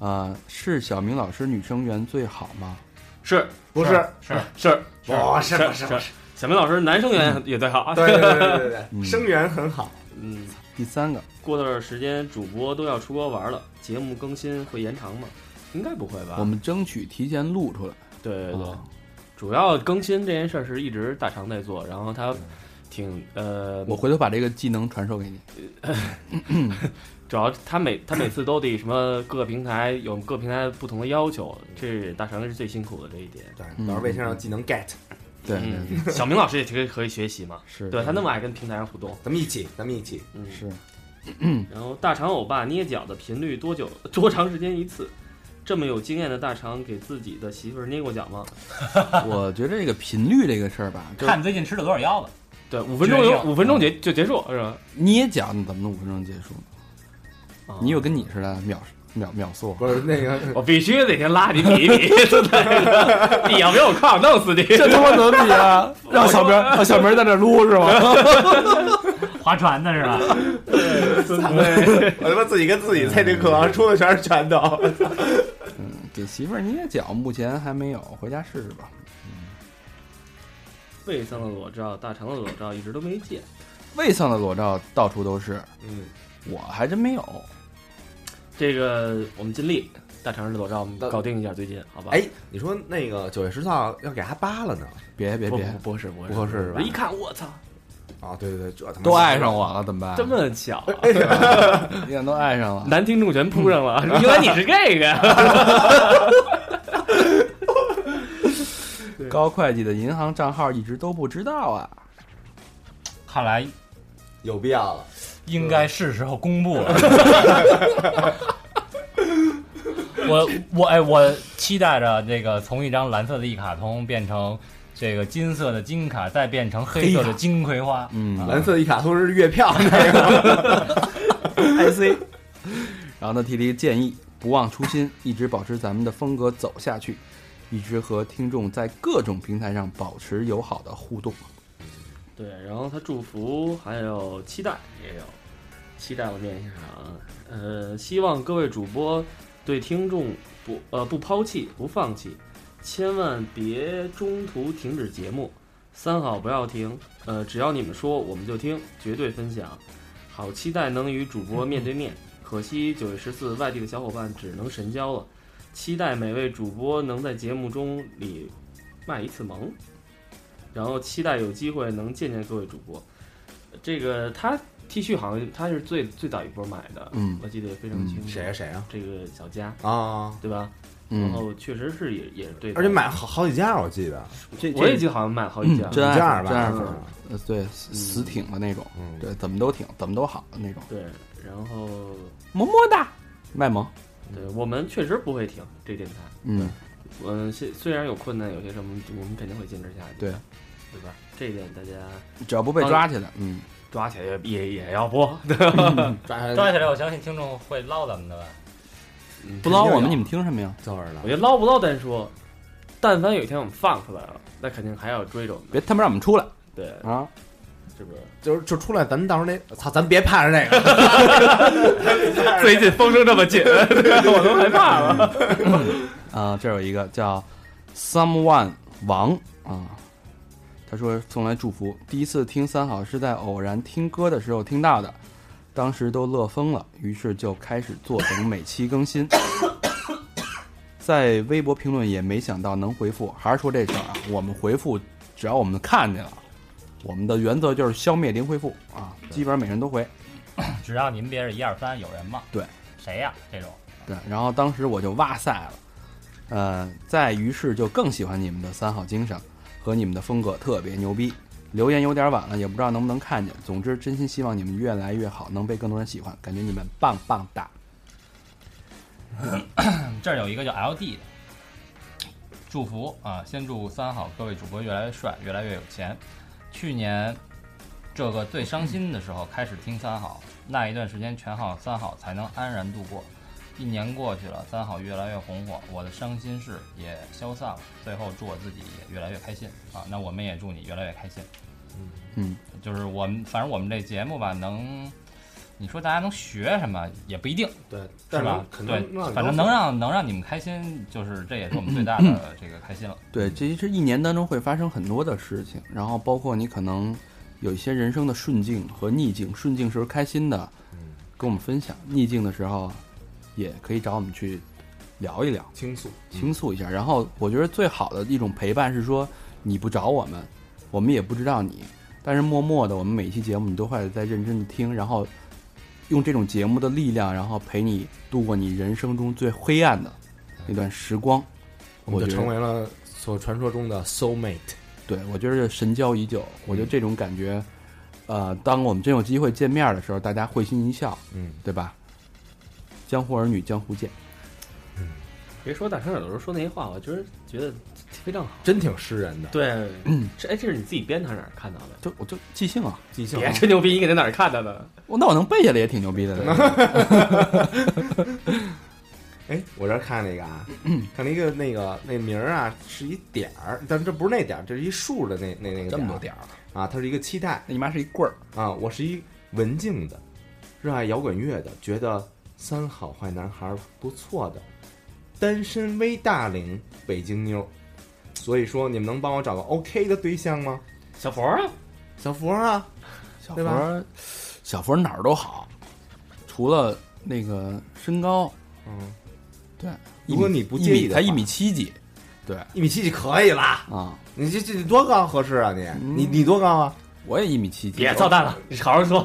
Speaker 2: 呃，是小明老师女生缘最好吗？
Speaker 5: 是
Speaker 4: 不是，
Speaker 3: 是
Speaker 5: 是
Speaker 4: 不是不
Speaker 5: 是
Speaker 4: 是不嗯
Speaker 5: 是，小明老师男生缘也对好。啊
Speaker 4: 对对对对对
Speaker 2: 嗯
Speaker 4: 对，生源很好。
Speaker 5: 嗯，
Speaker 2: 第三个，
Speaker 5: 过段时间主播都要出国玩了，节目更新会延长吗？应该不会吧？
Speaker 2: 我们争取提前录出来。
Speaker 5: 对对对
Speaker 2: 啊，
Speaker 5: 主要更新这件事儿是一直大长在做，然后他挺呃，
Speaker 2: 嗯我回头把这个技能传授给你。
Speaker 5: 主要他每他每次都得什么各个平台有各平台不同的要求，这是大长是最辛苦的这一点。
Speaker 4: 对，
Speaker 2: 嗯
Speaker 4: 到时候微信上技能 get，
Speaker 2: 对，对对
Speaker 5: 嗯，小明老师也可以可以学习嘛，
Speaker 2: 是
Speaker 5: 对他那么爱跟平台上互动，
Speaker 4: 咱们一起，咱们一起。
Speaker 5: 嗯。
Speaker 2: 是
Speaker 5: 然后大肠欧巴捏脚的频率多久 多长时间一次？这么有经验的大肠给自己的媳妇儿捏过脚吗？
Speaker 2: 我觉得这个频率这个事儿吧，就是
Speaker 3: 看你最近吃了多少腰子，
Speaker 5: 对，五分钟
Speaker 3: 绝
Speaker 5: 有
Speaker 3: 妙
Speaker 5: 五分钟结就结束是吧？
Speaker 2: 捏脚你怎么能五分钟结束呢？
Speaker 5: 啊
Speaker 2: 你有跟你似的秒秒秒速。
Speaker 4: 不是那个，
Speaker 5: 我必须得先拉你比一比，真的 你要没有炕弄 死你！
Speaker 2: 这他妈能比啊？ 让小明让小明在那撸是 吗？
Speaker 3: 划船的是吧？
Speaker 4: 我他妈自己跟自己在这课堂出的全是拳头。
Speaker 2: 给嗯媳妇儿捏脚，目前还没有，回家试试吧。
Speaker 5: 卫生的裸照，大肠的裸照一直都没见。
Speaker 2: 卫生的裸照到处都是，
Speaker 4: 嗯，
Speaker 2: 我还真没有。这
Speaker 5: 这个我们尽力，大肠的裸照我们
Speaker 4: 那
Speaker 5: 搞定一下，最近好吧？
Speaker 4: 哎，你说那个九月十号要给他扒了呢？
Speaker 2: 别别
Speaker 5: 不，
Speaker 2: 别
Speaker 5: 不，不是不是
Speaker 4: 不合适是吧
Speaker 5: 一看我操，
Speaker 4: 啊，对对对，这他妈
Speaker 2: 都爱上我了怎么办？
Speaker 5: 这么巧啊，
Speaker 2: 一看都爱上了。
Speaker 5: 男听众全扑上了，嗯原来你是这个呀。
Speaker 2: 高会计的银行账号一直都不知道啊。
Speaker 3: 看来
Speaker 4: 有必要了。
Speaker 3: 应该是时候公布 了。我我哎，我期待着这个从一张蓝色的一卡通变成这个金色的金卡，再变成黑色的金葵花。
Speaker 2: 嗯
Speaker 3: 啊
Speaker 4: 蓝色一卡通是月票那个。
Speaker 2: IC。然后呢，提了一个建议：不忘初心，一直保持咱们的风格走下去，一直和听众在各种平台上保持友好的互动。
Speaker 5: 对，然后他祝福还有期待也有，期待我念一下啊，呃，希望各位主播对听众不呃不抛弃不放弃，千万别中途停止节目。三好不要停，呃，只要你们说，我们就听，绝对分享。好期待能与主播面对面，可惜九月十四外地的小伙伴只能神交了。期待每位主播能在节目中里卖一次萌，然后期待有机会能见见各位主播。这个他 T 恤好像他是最最早一波买的，
Speaker 2: 嗯
Speaker 5: 我记得非常清楚。
Speaker 4: 谁啊谁啊？
Speaker 5: 这个小佳，
Speaker 4: 啊，
Speaker 5: 对吧？然
Speaker 2: 嗯，
Speaker 5: 后确实是也也是对的，
Speaker 4: 而且买了好好几件儿，我记得
Speaker 2: 这
Speaker 5: 我也记得好像买了哎好几件
Speaker 2: 嗯
Speaker 5: 儿，
Speaker 2: 真爱
Speaker 4: 五件儿
Speaker 2: 真
Speaker 4: 吧，
Speaker 2: 爱粉
Speaker 4: 是吧
Speaker 2: 呃对死死挺的那种，
Speaker 4: 嗯，
Speaker 2: 对，怎么都挺，怎么都好的那种，
Speaker 5: 对。然后，
Speaker 2: 么么哒，卖萌，
Speaker 5: 对我们确实不会停这电台。
Speaker 2: 嗯，
Speaker 5: 嗯，虽虽然有困难，有些什么，我们肯定会坚持下去。
Speaker 2: 对，
Speaker 5: 对吧？这一点大家
Speaker 2: 只要不被抓起来，嗯，
Speaker 5: 抓起来也也也要播，
Speaker 4: 抓
Speaker 3: 抓起来，我相信听众会捞咱们的吧？
Speaker 2: 不捞
Speaker 4: 肯
Speaker 2: 我
Speaker 4: 定有
Speaker 2: 们你们听什么呀？
Speaker 4: 就是了
Speaker 5: 我。觉得捞不捞单说，但凡有一天我们放出来了，那肯定还要追着我们。
Speaker 2: 别他妈让我们出来
Speaker 5: 对，
Speaker 2: 啊！
Speaker 5: 是不是？
Speaker 4: 就是就出来，咱们到时候那操，咱别盼着那 个，
Speaker 5: 最近风声这么 紧，我都害怕 了。
Speaker 2: 啊，这儿有一个叫 Someone 王啊，他说送来祝福。第一次听三好是在偶然听歌的时候听到的，当时都乐疯了，于是就开始坐等每期更新。 在微博评论也没想到能回复，还是说这事儿啊，我们回复只要我们看见了，我们的原则就是消灭零回复啊，基本上每人都回。
Speaker 3: 只要您别是一二三，有人吗？
Speaker 2: 对，
Speaker 3: 谁呀？这种
Speaker 2: 对，然后当时我就哇塞了，呃，再于是就更喜欢你们的三好精神和你们的风格，特别牛逼。留言有点晚了，也不知道能不能看见。总之，真心希望你们越来越好，能被更多人喜欢。感觉你们棒棒哒！
Speaker 3: 这儿有一个叫 LD 的，祝福啊，先祝三好各位主播越来越帅，越来越有钱。去年这个最伤心的时候开始听三好，那一段时间全好三好才能安然度过。一年过去了，三好越来越红火，我的伤心事也消散了。最后祝我自己也越来越开心啊！那我们也祝你越来越开心。
Speaker 2: 嗯，
Speaker 3: 就是我们，反正我们这节目吧，能，你说大家能学什么也不一定，
Speaker 4: 对，
Speaker 3: 是
Speaker 4: 但
Speaker 3: 吧？
Speaker 4: 肯
Speaker 3: 对
Speaker 4: 定让，你
Speaker 3: 反正
Speaker 4: 高
Speaker 3: 能啊
Speaker 4: 兴
Speaker 3: 让能让你们开心，就是这也是我们最大 的这个开心了。
Speaker 2: 对，这是一年当中会发生很多的事情，然后包括你可能有一些人生的顺境和逆境。顺境时候开心的，跟我们分享；逆境的时候，也可以找我们去聊一聊。
Speaker 4: 倾诉，
Speaker 2: 倾诉一下。然后我觉得最好的一种陪伴是说，你不找我们，我们也不知道你，但是默默的，我们每一期节目你都会在认真的听，然后用这种节目的力量，然后陪你度过你人生中最黑暗的那段时光。
Speaker 4: 嗯我们
Speaker 2: 我
Speaker 4: 就
Speaker 2: 觉
Speaker 4: 成
Speaker 2: 得，
Speaker 4: 为了所传说中的 soul mate。
Speaker 2: 对我觉得神交已久，我觉得这种感觉。呃，当我们真有机会见面的时候，大家会心一笑，
Speaker 4: 嗯，
Speaker 2: 对吧？江湖儿女江湖见，
Speaker 5: 别说大声点，有时候说那些话，我就是觉得非常好。
Speaker 4: 真挺诗人的，
Speaker 5: 对，这哎，这是你自己编的还是哪儿看到的？哎
Speaker 2: 就我就即兴啊，
Speaker 4: 记性嗯
Speaker 5: 别吹牛逼，你给他哪儿看到的？
Speaker 2: 我那我能背下来也挺牛逼的。
Speaker 4: 哎，我这儿看了一个啊，看了一个那个那名儿啊，是一点儿，但是这不是那点儿，这是一竖的那那那个
Speaker 2: 这么多
Speaker 4: 点儿啊，它是一个期待
Speaker 2: 那你妈是一棍儿，
Speaker 4: 啊，我是一文静的，热爱摇滚乐的，觉得三好坏男孩儿不错的，单身微大龄北京妞儿，所以说你们能帮我找个 OK 的对象吗？
Speaker 5: 小佛啊，
Speaker 4: 小佛啊，
Speaker 2: 小
Speaker 4: 对吧
Speaker 2: 佛，小佛哪儿都好，除了那个身高，
Speaker 4: 嗯，
Speaker 2: 对，
Speaker 4: 如果
Speaker 2: 一米
Speaker 4: 你不介意
Speaker 2: 一米
Speaker 4: 的
Speaker 2: 才
Speaker 4: 话
Speaker 2: 一米七几
Speaker 4: 一米七几可以啦，
Speaker 2: 啊，
Speaker 4: 你这这你多高合适啊你？
Speaker 2: 嗯
Speaker 4: 你你多高啊？
Speaker 2: 我也一米七几，
Speaker 5: 别操蛋了，你好好说。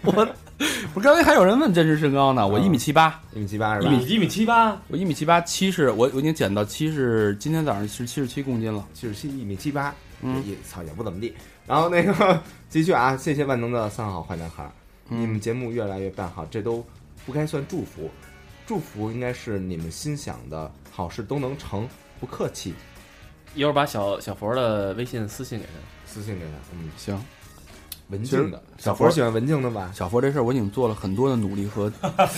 Speaker 2: 不是刚才还有人问真实身高呢，我
Speaker 4: 嗯
Speaker 2: 一米七八，
Speaker 4: 一米七八是
Speaker 5: 一
Speaker 4: 吧？
Speaker 5: 米一米七八，
Speaker 2: 我一米七八七十，我我已经减到七十，今天早上是七十七公斤了，
Speaker 4: 就是七一米七八，
Speaker 2: 嗯
Speaker 4: 也操也不怎么地。然后那个继续啊，谢谢万能的三好坏男孩儿，
Speaker 2: 嗯
Speaker 4: 你们节目越来越办好，这都不该算祝福，祝福应该是你们心想的好事都能成，不客气，
Speaker 5: 一会儿把小小佛的微信私信给他。
Speaker 4: 私信给他，嗯，
Speaker 2: 行，
Speaker 4: 文静的
Speaker 2: 其实
Speaker 4: 小
Speaker 2: 小
Speaker 4: 佛
Speaker 2: 佛
Speaker 4: 喜欢文静的吧？
Speaker 2: 小佛这事儿我已经做了很多的努力和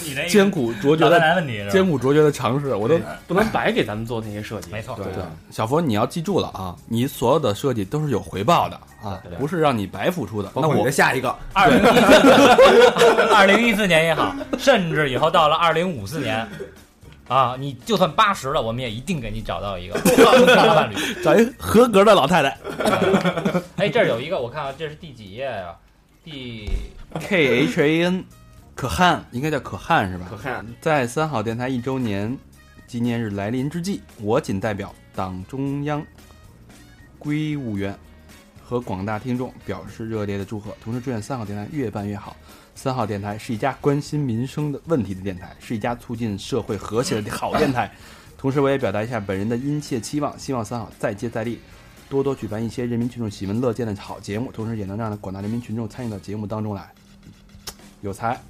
Speaker 3: 你这
Speaker 2: 艰苦卓绝
Speaker 3: 老
Speaker 2: 的
Speaker 3: 男问题
Speaker 2: 艰
Speaker 3: 苦，
Speaker 2: 苦卓绝的尝试，我都
Speaker 4: 啊
Speaker 5: 不能白给咱们做那些设计。
Speaker 3: 没错，
Speaker 4: 对啊
Speaker 2: 对，小佛，你要记住了啊！你所有的设计都是有回报的啊，不是让你白付出的。
Speaker 4: 包
Speaker 2: 那
Speaker 4: 括你
Speaker 2: 我
Speaker 4: 的下一个，
Speaker 3: 二零 一四，二零一四年也好，甚至以后到了二零五四年，啊，你就算八十了，我们也一定给你找到一个终身伴侣。
Speaker 2: 找一合格的老太太
Speaker 3: 哎，这儿有一个，我看看这是第几页呀、第
Speaker 2: ，K H A N，可汗应该叫可汗是吧？
Speaker 4: 可汗
Speaker 2: 在三好电台一周年纪念日来临之际，我谨代表党中央、归务员和广大听众表示热烈的祝贺，同时祝愿三好电台越办越好。三好电台是一家关心民生的问题的电台，是一家促进社会和谐的好电台。同时，我也表达一下本人的殷切期望，希望三好再接再厉，多多举办一些人民群众喜闻乐见的好节目，同时也能让广大人民群众参与到节目当中来。有才，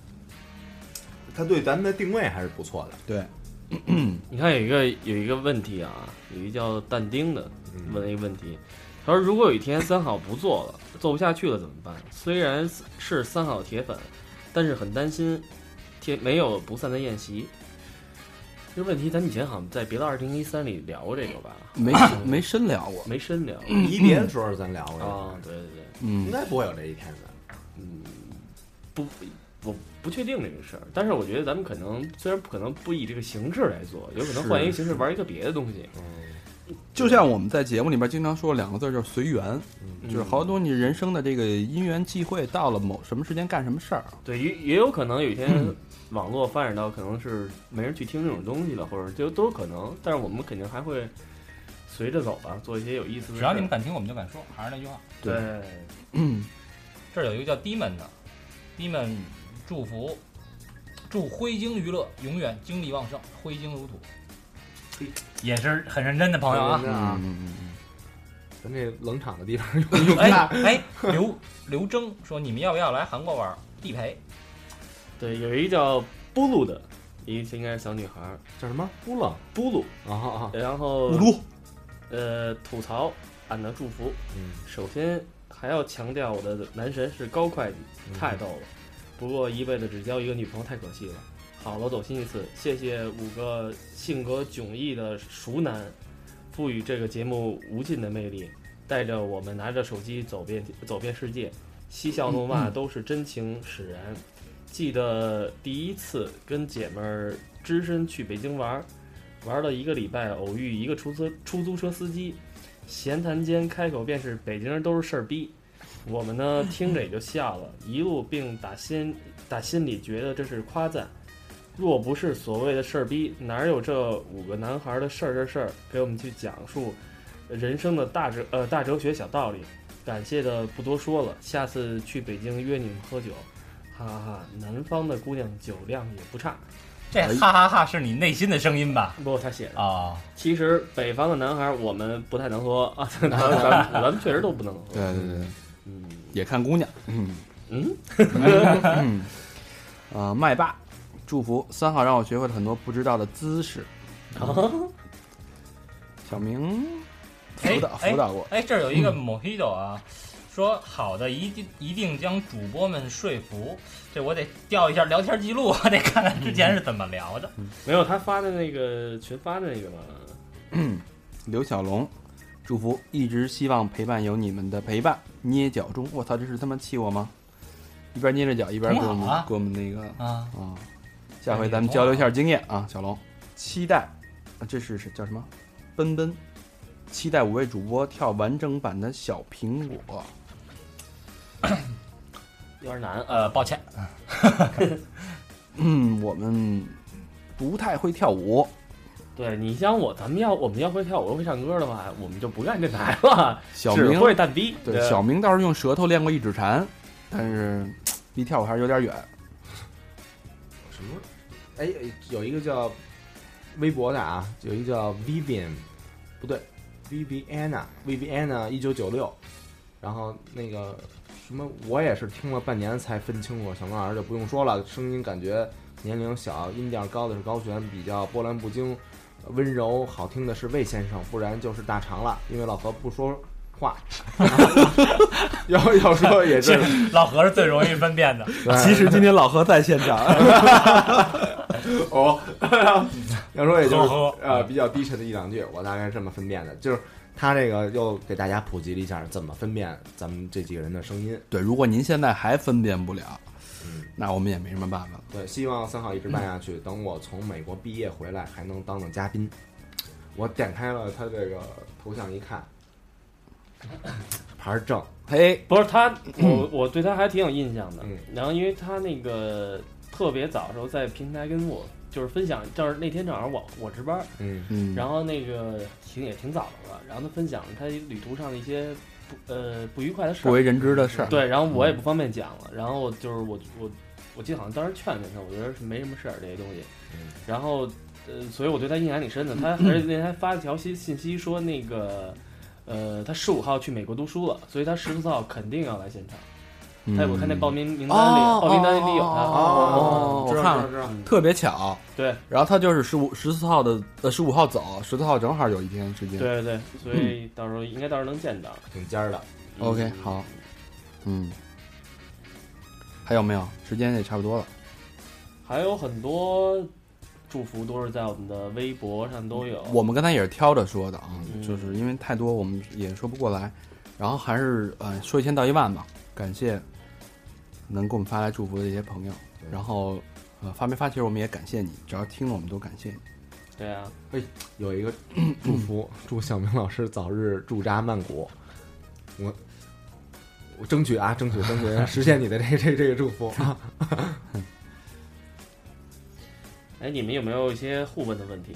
Speaker 4: 他对咱们的定位还是不错的。
Speaker 2: 对，
Speaker 5: 你看有一个有一个问题啊，有一个叫但丁的
Speaker 4: 嗯
Speaker 5: 问了一个问题，他说如果有一天三好不做了，做不下去了怎么办？虽然是三好铁粉，但是很担心天没有不散的宴席。这个问题咱以前好像在别的二零一三里聊过这个吧，
Speaker 2: 没没深聊过。
Speaker 5: 没深聊。
Speaker 4: 离别的时候咱聊过
Speaker 5: 啊、
Speaker 4: 这个，
Speaker 5: 对对对，
Speaker 2: 嗯
Speaker 4: 应，该不会有这一天的。
Speaker 5: 嗯，不，我不确定这个事儿，但是我觉得咱们可能虽然不可能不以这个形式来做，有可能换一个形式玩一个别的东西，
Speaker 4: 嗯
Speaker 2: 就像我们在节目里边经常说两个字儿，就是随缘，
Speaker 5: 嗯
Speaker 2: 就是好多东西人生的这个因缘际会，到了某什么时间干什么事儿。啊
Speaker 5: 对，也也有可能有一天网络发展到可能是没人去听这种东西了，或者就都有可能。但是我们肯定还会随着走吧，做一些有意思的事儿。
Speaker 3: 只要你们敢听，我们就敢说。还是那句话，
Speaker 5: 对，
Speaker 2: 嗯，
Speaker 3: 这儿有一个叫 Demon 的，Demon 祝福，祝辉晶娱乐永远精力旺盛，挥金如土。也是很认真的朋友啊。
Speaker 4: 真的啊，
Speaker 2: 嗯嗯嗯
Speaker 4: 咱这冷场的 地方有用
Speaker 3: 哎
Speaker 4: 大。
Speaker 3: 哎，刘刘征说你们要不要来韩国玩？地陪，
Speaker 5: 对，有一个叫布鲁的，一个应该是小女孩儿，
Speaker 4: 叫什么？乌冷
Speaker 5: 布鲁，
Speaker 4: 啊啊！
Speaker 2: 哦
Speaker 5: 然后
Speaker 2: 咕噜，
Speaker 5: 呃吐槽，俺的祝福。
Speaker 4: 嗯，
Speaker 5: 首先还要强调我的男神是高会计，太逗了。不过一辈子只交一个女朋友太可惜了。好了，走心一次，谢谢五个性格迥异的熟男，赋予这个节目无尽的魅力，带着我们拿着手机走遍走遍世界，嬉笑怒骂都是真情使然。记得第一次跟姐们儿只身去北京玩儿，玩了一个礼拜，偶遇一个出租出租车司机，闲谈间开口便是北京人都是事儿逼，我们呢听着也就笑了，一路并打心打心里觉得这是夸赞。若不是所谓的事儿逼，哪有这五个男孩的事儿事儿事儿给我们去讲述人生的大哲呃大哲学小道理？感谢的不多说了，下次去北京约你们喝酒，哈哈哈！南方的姑娘酒量也不差，
Speaker 3: 这
Speaker 2: 哎
Speaker 3: 哈哈哈是你内心的声音吧？
Speaker 5: 不过他写的。
Speaker 3: 啊，
Speaker 5: 其实北方的男孩儿我们不太能喝啊， 咱们咱们咱们确实都不能喝。
Speaker 2: 对对对，
Speaker 5: 嗯
Speaker 2: 也看姑娘。嗯
Speaker 5: 嗯，
Speaker 2: 嗯， 呃，麦霸，祝福三号让我学会了很多不知道的姿势。小明辅导
Speaker 3: 哎
Speaker 2: 辅导过，
Speaker 3: 哎，这儿有一个 Mojito 啊，说好的一定一定将主播们说服。这我得调一下聊天记录，我得看看之前是怎么聊的。
Speaker 5: 没有他发的那个群发的那个嘛，
Speaker 2: 刘小龙，祝福一直希望陪伴有你们的陪伴。捏脚中，我操，这是他妈气我吗？一边捏着脚一边给我
Speaker 3: 挺
Speaker 2: 们、
Speaker 3: 好啊
Speaker 2: 给我们那个
Speaker 3: 啊，
Speaker 2: 啊，下回咱们交流一下经验啊，小龙，期待，啊这是是叫什么？奔奔，期待五位主播跳完整版的小苹果。
Speaker 5: 有点难。
Speaker 3: 呃，抱歉，
Speaker 2: 嗯，我们不太会跳舞，
Speaker 5: 对你像我，咱们要我们要会跳舞又会唱歌的话，我们就不干这台了，
Speaker 2: 小
Speaker 5: 只
Speaker 2: 明
Speaker 5: 会蛋逼。
Speaker 2: 对小明倒是用舌头练过一指禅，但是离跳舞还是有点远。
Speaker 4: 什么？哎，有一个叫微博的啊，有一个叫 Vivian，不对，Viviana，Viviana 一九九六，然后那个什么，我也是听了半年才分清楚，小男孩就不用说了，声音感觉年龄小，音调高的是高璇，比较波澜不惊，温柔好听的是魏先生，不然就是大肠了，因为老何不说话， 要要说也是，
Speaker 3: 老何是最容易分辨的。
Speaker 2: 即使今天老何在现场，
Speaker 4: 哦， 要说也就是
Speaker 3: 呵呵
Speaker 4: 呃比较低沉的一两句，我大概是这么分辨的，就是他这个又给大家普及了一下怎么分辨咱们这几个人的声音。
Speaker 2: 对，如果您现在还分辨不了，那我们也没什么办法了。
Speaker 4: 对，希望三好一直办下去。等我从美国毕业回来，还能当当嘉宾。我点开了他这个头像一看，牌儿正，
Speaker 2: 嘿，
Speaker 5: 不是他， 我我对他还挺有印象的。
Speaker 4: 嗯
Speaker 5: 然后因为他那
Speaker 2: 嗯
Speaker 5: 个特别早的时候在平台跟我就是分享，就是那天正好我我值班，
Speaker 4: 嗯
Speaker 2: 嗯，
Speaker 5: 然后那个挺也挺早的了，然后他分享了他旅途上的一些不呃不愉快的事
Speaker 2: 不
Speaker 5: 儿，
Speaker 2: 为人知的事 儿，
Speaker 5: 对，然后我
Speaker 2: 嗯
Speaker 5: 也不方便讲了。然后就是我我我记得好像当时劝劝他，我觉得是没什么事儿这些东西
Speaker 4: 嗯。
Speaker 5: 然后呃，所以我对他印象还挺深 的。他而且那天还发了条信信息说那个呃，他十五号去美国读书了，所以他十四号肯定要来现场。
Speaker 2: 嗯
Speaker 5: 哎他我看那报名名单里，报名单里有他。啊
Speaker 2: 哦
Speaker 4: 知道
Speaker 2: 我看
Speaker 4: 知道
Speaker 2: 了
Speaker 4: 知道，
Speaker 2: 特别巧。
Speaker 5: 对
Speaker 2: 然后他就是十五十四号的呃十五号走，十四号正好有一天时间。
Speaker 5: 对对对，所以到时候应该到时候能见到。
Speaker 4: 挺尖儿的。
Speaker 2: ，OK，好，
Speaker 5: 嗯
Speaker 2: 嗯，还有没有？时间也差不多了。
Speaker 5: 还有很多祝福都是在我们的微博上都有。
Speaker 2: 我们刚才也是挑着说的啊，
Speaker 5: 哦嗯
Speaker 2: 就是因为太多我们也说不过来，然后还是呃说一千道一万吧，感谢能给我们发来祝福的这些朋友，
Speaker 4: 对
Speaker 2: 然后呃发没发其实我们也感谢你，只要听了我们都感谢你。
Speaker 5: 对啊，
Speaker 4: 有 一个祝福，祝小明老师早日驻扎曼谷。我我争取啊，争取争取 实现你的这这这个祝福 啊！
Speaker 5: 哎，你们有没有一些互问的问题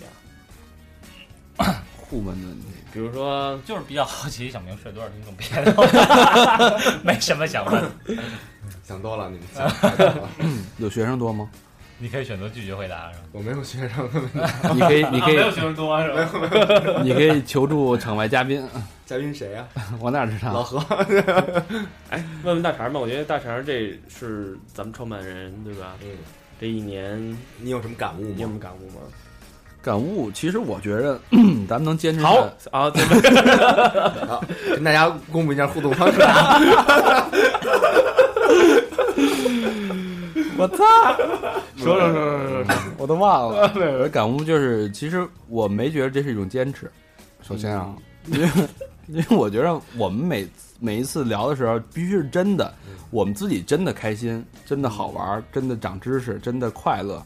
Speaker 5: 啊？
Speaker 2: 互文的问题，
Speaker 5: 比如说
Speaker 3: 就是比较好奇小明睡多少听众别的， 没什么想问，
Speaker 4: 想多了，你们 想太多了。
Speaker 2: 有学生 多吗？
Speaker 3: 你可以选择拒绝回答是吧？
Speaker 4: 我没有学 生的问题，
Speaker 2: 你可以，你可以，
Speaker 5: 生多啊是吧？
Speaker 2: 你可以求助场外嘉宾，
Speaker 4: 嘉宾谁呀、
Speaker 2: 我哪知道？
Speaker 4: 老何，
Speaker 5: 哎，问问大肠吧，我觉得大肠这是咱们创办人对吧？
Speaker 4: 嗯，
Speaker 5: 这一年
Speaker 4: 你有什么感悟
Speaker 5: 你有什
Speaker 4: 吗？
Speaker 5: 么感悟吗？
Speaker 2: 感悟，其实我觉 着咱们能坚持下
Speaker 5: 好啊，咱们
Speaker 4: 跟大家公布一下互动方式啊！
Speaker 2: 我操！
Speaker 5: 说说说说说，
Speaker 2: 嗯我都忘 了。我的感悟就是，其实我没觉得这是一种坚持。首先啊，
Speaker 5: 嗯
Speaker 2: 因为因为我觉得我们每每一次聊的时候，必须是真的，
Speaker 5: 嗯
Speaker 2: 我们自己真的开心，真的好玩，真的长知识，真的快乐，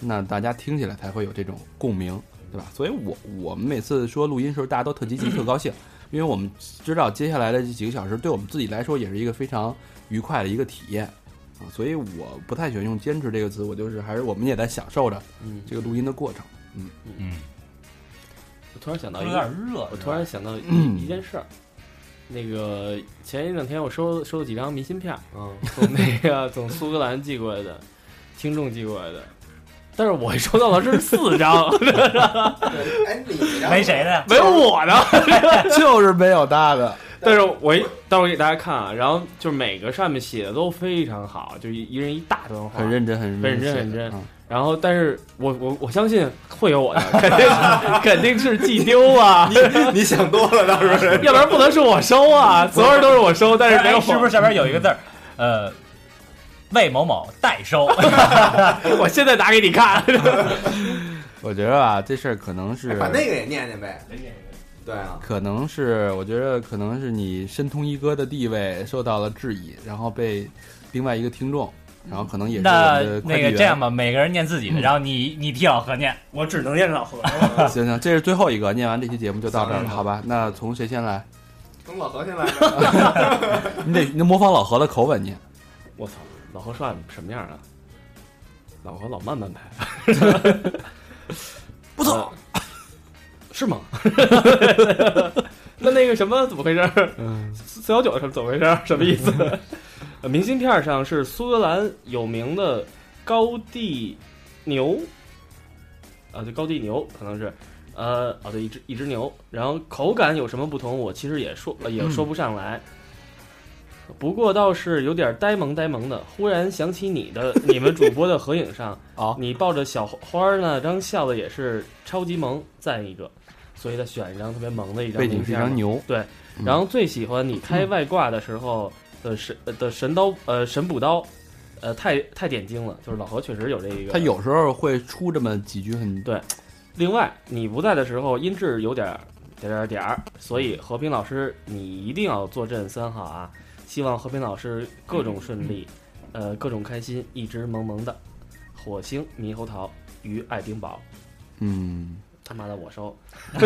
Speaker 2: 那大家听起来才会有这种共鸣，对吧？所以我我们每次说录音的时候，大家都特积极、特高兴，因为我们知道接下来的这几个小时对我们自己来说也是一个非常愉快的一个体验。啊，所以我不太喜欢用“坚持”这个词，我就是还是我们也在享受着
Speaker 5: 嗯，
Speaker 2: 这个录音的过程。
Speaker 3: 嗯，
Speaker 5: 我突然想到
Speaker 3: 有
Speaker 5: 一
Speaker 3: 点
Speaker 5: 个，
Speaker 3: 热，
Speaker 5: 我突然想到一一件事儿。那个前一两天我收收了几张明信片，
Speaker 4: 嗯，
Speaker 5: 从那个从苏格兰寄过来的，听众寄过来的，但是我收到的是四张，
Speaker 4: 哎，你
Speaker 3: 没谁的呀，
Speaker 5: 没有我的。
Speaker 2: 就是没有大的，
Speaker 5: 但是我一待会儿给大家看啊，然后就是每个上面写的都非常好，就一一人一大段 话，
Speaker 2: 很认真，很
Speaker 5: 很认
Speaker 2: 认真，嗯
Speaker 5: 真很认
Speaker 2: 真。
Speaker 5: 然后，但是我我我相信会有我的， 肯定是肯定是寄丢啊，
Speaker 4: 你想多了，到时候人
Speaker 5: 要不然不能是我收啊，所有人都是我收，但是没有
Speaker 3: 哎
Speaker 5: 我，
Speaker 3: 是不是？上面有一个字儿，呃，魏某某代 收，
Speaker 2: 哎
Speaker 5: 我现在打给 你看，
Speaker 2: 我觉得吧，这事儿可能是
Speaker 4: 哎把那个也念念呗。对啊，
Speaker 2: 可能是我觉得可能是你申通一哥的地位受到了质疑，然后被另外一个听众，然后可能也是
Speaker 3: 那
Speaker 2: 我们的快
Speaker 3: 那
Speaker 2: 递员嗯
Speaker 3: 个这样吧，每个人念自己的，然后你你替老何念，
Speaker 5: 我只能念老何。
Speaker 2: 行行，这是最后一个，念完这期节目就到这儿
Speaker 4: 行
Speaker 2: 了，好吧？那从谁先来？
Speaker 4: 从老何先 来吧。
Speaker 2: 你得你得模仿老何的口吻念。
Speaker 5: 我操，老何帅什么样啊？老何老慢慢拍， 不错，是吗？ 那那个什么怎么回事儿？
Speaker 2: 嗯，
Speaker 5: 四四幺九什么怎么回事儿？什么意思？ 呃明信片上是苏格兰有名的高地牛，啊，对，高地牛可能是，呃，啊，对，一只一只牛，然后口感有什么不同，我其实也说、呃
Speaker 2: 嗯
Speaker 5: 也说不上来。不过倒是有点呆萌呆萌的，忽然想起你的你们主播的合影 上，
Speaker 2: 好
Speaker 5: 你抱着小花儿那张笑的也是超级萌，赞一个，所以他选一张特别萌的一张
Speaker 2: 背景
Speaker 5: 明
Speaker 2: 是
Speaker 5: 信
Speaker 2: 一
Speaker 5: 片
Speaker 2: 张
Speaker 5: 嘛
Speaker 2: 牛，嗯
Speaker 5: 然后最喜欢你开外挂的时候的神呃的神刀呃神补刀，呃太太点睛了，就是老何确实有这一个。
Speaker 2: 他。有时候会出这么几句很
Speaker 5: 另外你不在的时候音质有点儿点儿点儿点儿，所以和
Speaker 2: 嗯
Speaker 5: 平老师你一定要坐镇三好啊！希望和平老师各种顺利，呃，各种开心，一直萌萌的，火星猕猴桃与爱丁堡，
Speaker 2: 嗯，
Speaker 5: 他妈的我 收，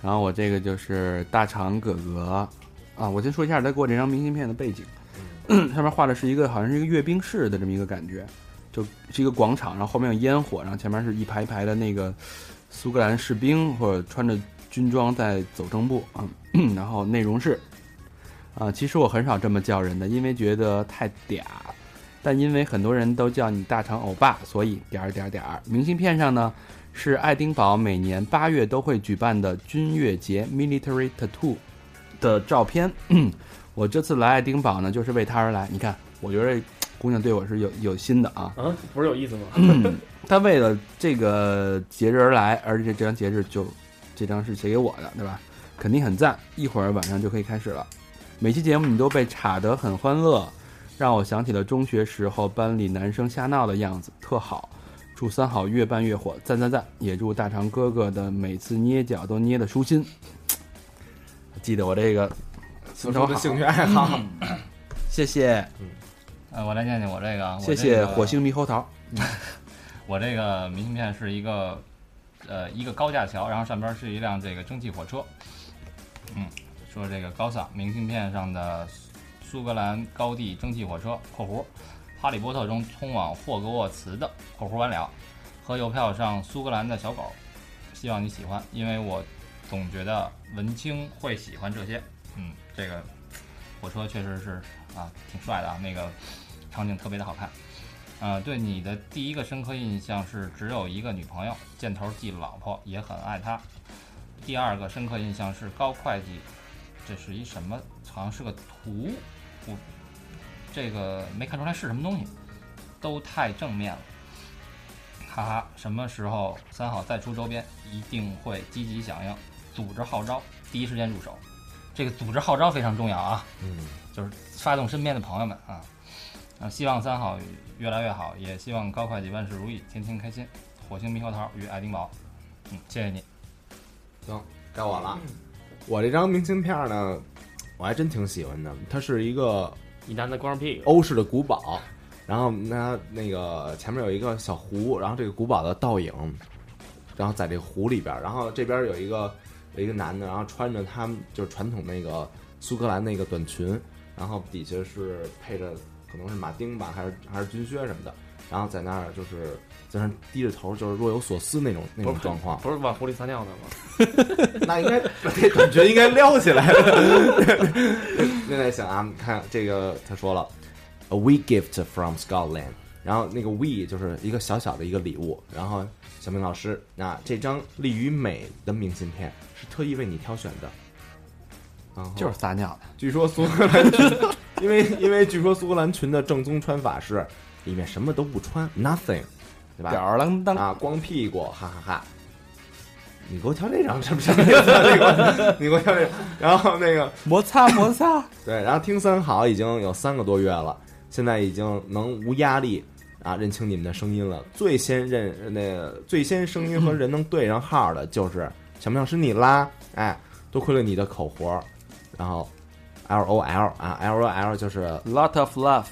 Speaker 2: 然后我这个就是大长哥哥啊，我先说一下他给我这张明信片的背景， 上面画的是一个好像是一个阅兵式的这么一个感觉，就是一个广场，然后后面有烟火，然后前面是一排一排的那个苏格兰士兵或者穿着军装在走正步啊、 嗯然后内容是啊，其实我很少这么叫人的，因为觉得太嗲。但因为很多人都叫你大长欧巴，所以点儿点儿点儿。明信片上呢，是爱丁堡每年八月都会举办的军乐节 （Military Tattoo） 的照片。嗯我这次来爱丁堡呢，就是为她而来。你看，我觉得姑娘对我是有有心的啊。
Speaker 5: 啊，不是有意思吗？
Speaker 2: 嗯她为了这个节日而来，而且这张节日就这张是写给我的，对吧？肯定很赞。一会儿晚上就可以开始了。每期节目你都被插得很欢乐，让我想起了中学时候班里男生瞎闹的样子，特好。祝三好越办越火，赞赞赞！也祝大长哥哥的每次捏脚都捏得舒心。记得我这个，
Speaker 4: 所说的兴趣爱好，
Speaker 2: 谢谢
Speaker 3: 呃，我来念念我这个啊，我
Speaker 2: 谢
Speaker 3: 这
Speaker 2: 谢
Speaker 3: 个
Speaker 2: 火星猕猴桃。
Speaker 3: 我这个明信片是一个，呃，一个高架桥，然后上边是一辆这个蒸汽火车。嗯，说这个高尚明信片上的苏苏格兰高地蒸汽火车（括弧），哈利波特中通往霍格沃茨的（括弧完了）和邮票上苏格兰的小狗，希望你喜欢，因为我总觉得文青会喜欢这些。嗯，这个火车确实是啊，挺帅的啊，那个场景特别的好看。呃，对你的第一个深刻印象是只有一个女朋友，箭头记老婆，也很爱她。第二个深刻印象是高会计，这是一什么？好像是个图，我这个没看出来是什么东西，都太正面了，哈哈！什么时候三好再出周边，一定会积极响应，组织号召，第一时间入手。这个组织号召非常重要啊！
Speaker 4: 嗯，
Speaker 3: 就是发动身边的朋友们啊，啊，希望三好越来越好，也希望高会计万事如意，天天开心。火星猕猴桃与爱丁堡，嗯，谢谢你。
Speaker 4: 该我了。
Speaker 5: 嗯
Speaker 4: 我这张明信片呢，我还真挺喜欢的，它是一个
Speaker 5: 你男的光着屁股，
Speaker 4: 欧式的古堡，然后它那个前面有一个小湖，然后这个古堡的倒影，然后在这个湖里边儿，然后这边有一个有一个男的，然后穿着他们就是传统那个苏格兰那个短裙，然后底下是配着可能是马丁吧，还是还是军靴什么的，然后在那儿就是在那儿低着头，就是若有所思那种那
Speaker 2: 哦
Speaker 4: 种状况。
Speaker 5: 不是往湖里撒尿呢吗？
Speaker 4: 那应该把这短裙应该撩起来了。 那在想啊，看这个他说了，a we gift from Scotland，然后那个 we 就是一个小小的一个礼物，然后小明老师，那这张利于美的明信片是特意为你挑选的，然后
Speaker 2: 就是撒 尿的，
Speaker 4: 据说苏格兰裙，因为因为据说苏格兰裙的正宗穿法是里面什么都不穿，nothing，对吧？
Speaker 2: 吊儿郎当。
Speaker 4: 啊，光屁股，哈哈哈你给我挑这张什么什么意思啊？你给我，你给我挑这张。然后那个
Speaker 2: 摩擦摩擦，
Speaker 4: 对，然后听三好已经有三个多月了，现在已经能无压力啊认清你们的声音了。最先认那个最先声音和人能对上号的就是小明老师你啦，哎，多亏了你的口活儿。然后 L O L 啊，L O L 就是
Speaker 2: lot of love，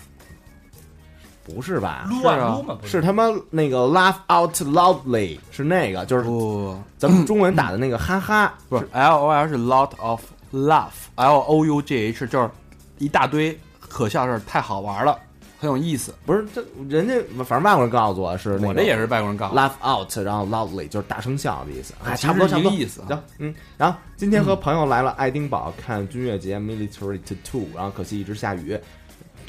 Speaker 4: 不是吧？
Speaker 3: 撸
Speaker 2: 是
Speaker 3: 啊
Speaker 2: 啊
Speaker 3: 撸嘛，不
Speaker 4: 是他妈那个 laugh out loudly，是那个，就是
Speaker 2: 不
Speaker 4: 咱们中文打的那个哈哈，
Speaker 2: 不是 L O L 是 lot of love，L O U G H 就是一大堆可笑事儿，太好玩了，很有意思。
Speaker 4: 不是这人家反正外国人告诉我是、那个，
Speaker 2: 我这也是外国人告诉我
Speaker 4: laugh out，然后 loudly 就是大声笑的意思，哎，
Speaker 2: 其实
Speaker 4: 差不多
Speaker 2: 一
Speaker 4: 差不多
Speaker 2: 个意思啊
Speaker 4: 行，嗯，然后今天和朋友来了爱丁堡看军乐节 military tattoo，然后可惜一直下雨。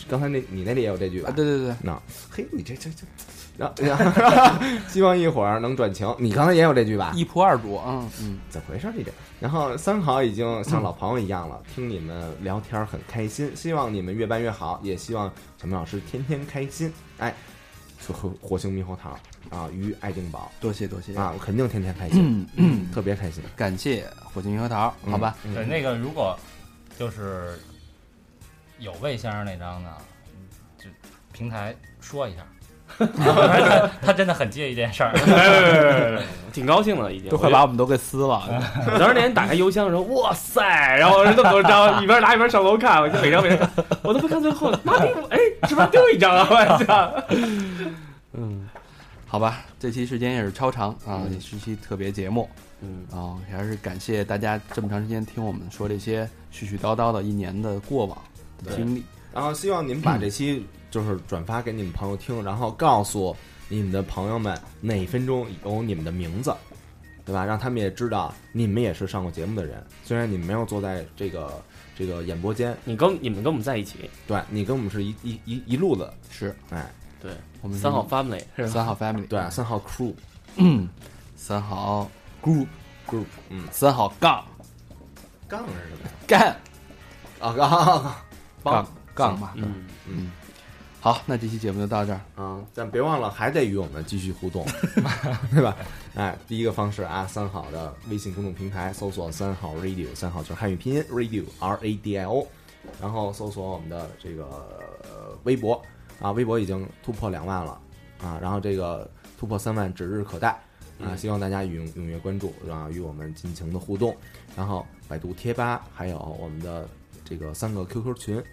Speaker 4: 刚才那你那里也有这句吧？
Speaker 2: 啊，对对对，
Speaker 4: 那嘿，你这这这，然后然后 希望一会儿能转晴。你刚才也有这句吧？
Speaker 2: 一仆二主，嗯嗯，
Speaker 4: 怎么回事儿这点？然后三好已经像老朋友一样了，听你们聊天儿很开心，希望你们越办越好，也希望小明老师天天开心。哎，火火星猕猴桃啊，与爱丁堡
Speaker 2: 多谢多谢，
Speaker 4: 啊，我肯定天天开心，嗯，特别开心。
Speaker 2: 感谢火星猕猴桃，
Speaker 4: 嗯
Speaker 2: 好吧，
Speaker 3: 对，那个如果就是有魏先生那张呢，就平台说一下， 他真的很介意这件事儿。
Speaker 5: 挺高兴的已经，
Speaker 2: 嗯都快把我们都给撕了，
Speaker 5: 我当时那天打开邮箱的时候，哇塞，然后人那么多张，一边拿一边上楼看，我就每张每张看，我都没看最后，妈逼，哎，是不是丢一张啊？我操！嗯
Speaker 2: 好吧，这期时间也是超长啊，
Speaker 5: 嗯
Speaker 2: 也是一期特别节目
Speaker 5: 嗯，
Speaker 2: 啊，还是感谢大家这么长时间听我们说这些絮絮叨叨的一年的过往的经历。
Speaker 4: 然后希望你们把这期就是转发给你们朋友听，然后告诉你们的朋友们哪分钟有你们的名字，对吧？让他们也知道你们也是上过节目的人，虽然你们没有坐在这个这个演播间，
Speaker 5: 你跟你们跟我们在一起，
Speaker 4: 对你跟我们是一一一一路的，
Speaker 2: 是
Speaker 4: 哎，
Speaker 5: 对
Speaker 2: 我们
Speaker 5: 三好 family 是吧？
Speaker 2: 三好 family，
Speaker 4: 对，啊三号 crew
Speaker 2: 三好 group，
Speaker 4: group，嗯，
Speaker 2: 三好杠
Speaker 4: 杠是什么呀？
Speaker 2: 干
Speaker 4: 啊杠杠 杠，
Speaker 2: 杠杠吧。
Speaker 5: 嗯
Speaker 2: 好，那这期节目就到这儿。
Speaker 4: 嗯，但别忘了还得与我们继续互动，对吧？哎，第一个方式啊，三好的微信公众平台搜索“三好 radio”，三好就是汉语拼音 radio r a d i o，然后搜索我们的这个呃微博啊，微博已经突破两万了啊，然后这个突破三万指日可待啊，希望大家踊踊跃关注，啊，与我们尽情的互动，然后百度贴吧还有我们的这个三个 QQ 群。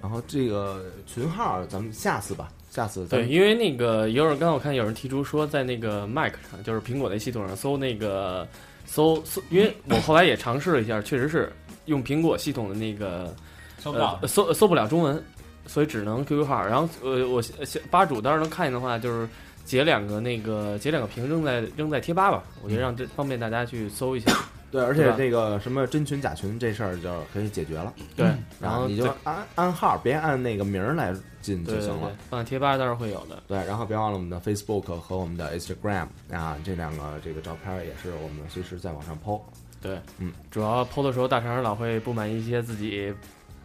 Speaker 4: 然后这个群号，咱们下次吧，下次咱们
Speaker 5: 对，因为那个一会儿刚我看有人提出说，在那个 Mac 上，就是苹果那系统上搜那个搜搜，因为我后来也尝试了一下，确实是用苹果系统的那个
Speaker 3: 收不到
Speaker 5: 呃，搜搜不了中文，所以只能 QQ 号。然后呃，我呃吧主当时能看见的话，就是截两个那个截两个屏扔在扔在贴吧吧，我
Speaker 4: 嗯
Speaker 5: 觉得让这方便大家去 搜一下。
Speaker 4: 对，而
Speaker 5: 对
Speaker 4: 且
Speaker 5: 吧
Speaker 4: 这个什么真群假群这事儿就可以解决了，
Speaker 5: 对，然
Speaker 4: 然后
Speaker 5: 后
Speaker 4: 嗯啊你就
Speaker 5: 对
Speaker 4: 按按号，别按那个名儿来进
Speaker 5: 对
Speaker 4: 就
Speaker 5: 对
Speaker 4: 行
Speaker 5: 对
Speaker 4: 了。，
Speaker 5: 放在贴吧当然会有的。
Speaker 4: 对，然后别忘了我们的 Facebook 和我们的 Instagram 啊，这两个这个照片儿也是我们随时在网上 PO。
Speaker 5: 对，
Speaker 4: 嗯，
Speaker 5: 主要 PO 的时候，大肠老会不满意一些自己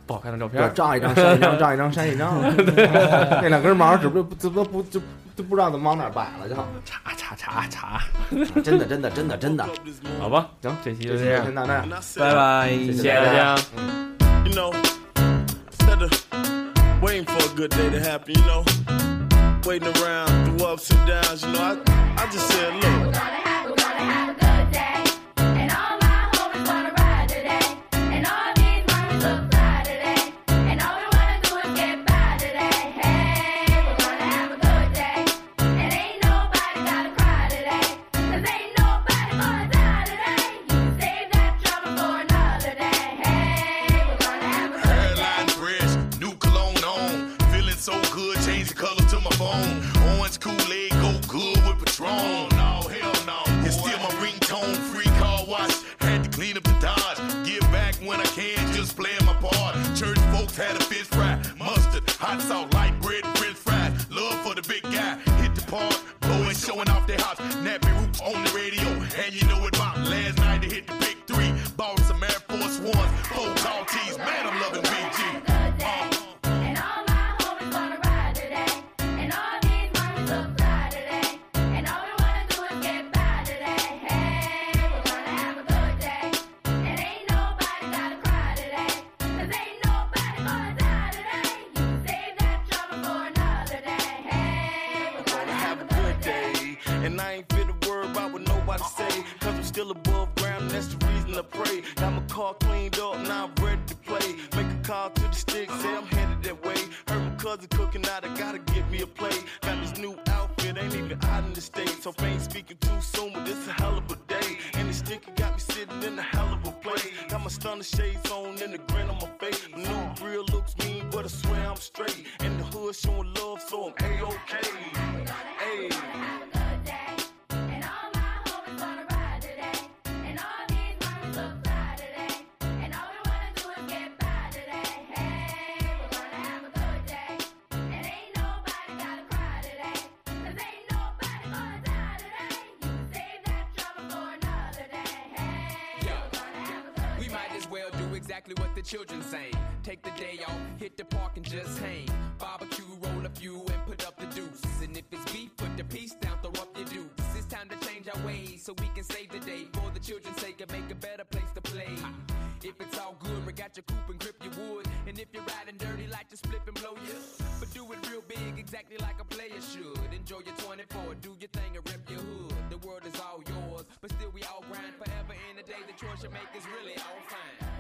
Speaker 5: 不好看的照片
Speaker 4: 对
Speaker 5: 儿，。
Speaker 4: 照一张删一张，照一张删一 张。 那两根毛，只不过不不就就不知道怎么往哪儿摆了，就
Speaker 5: 查查查查，
Speaker 4: 啊真的真的真的真的。
Speaker 5: 好吧，
Speaker 4: 行，
Speaker 5: 这期
Speaker 4: 这
Speaker 5: 就
Speaker 4: 期
Speaker 5: 这
Speaker 4: 就
Speaker 5: 样
Speaker 4: 先，到这儿，
Speaker 2: 拜拜。
Speaker 4: 谢
Speaker 5: 谢
Speaker 4: 谢
Speaker 5: 谢大家。
Speaker 6: you know. Instead of waiting for a good day to happen, you know. Waiting around through ups and downs, you know. I, I just said, look. Hairline fresh, new cologne on. Feeling so good, change the color to my phone. Orange Kool-Aid go good with Patron. No, hell no. It's still my ringtone, free car wash. Had to clean up the Dodge. Give back when I can, just playing my part. Church folks had a fish fry, mustard, hot sauce, light bread, french fries. Love for the big guy. Hit the park, blowing, showing off their hops. Nappy roots on the radio, and you know it bop. Last night they hit the big three. Bought some Air Force Ones, four tall tees. Man, I'm loving BG. Uh. gonna have a good day. And I ain't fit a word about what nobody say. Cause I'm still above ground, that's the reason I pray. Got my car cleaned up, now I'm ready to play. Make a call to the stick, say I'm headed that way. Heard my cousin cooking out, I gotta get me a play. Got this new outfit, ain't even out in the state. So fame speaking too soon, but this a hell of a day. And the sticker got me sitting in a hell of a place. Got my stunner shades on and the grin on my face. New grill looks mean, but I swear I'm straight. And the hood showing love, so I'm A-OK. Ayy.
Speaker 7: We might as well do exactly what the children say. Take the day off, hit the park and just hang. Barbecue, roll a few and put up the deuce. And if it's beef, put the piece down, throw up your deuce. It's time to change our ways so we can save the day for the children's sake and make a better place to play. If it's all good, we got your coupe and grip your wood. And if you're riding dirty, like just flip and blow you. But do it real big, exactly like a player should. Enjoy your 24, do your thing and rip your hood. The world is all yours, but still we all grind forever. In the day, the choice you make is really all fine.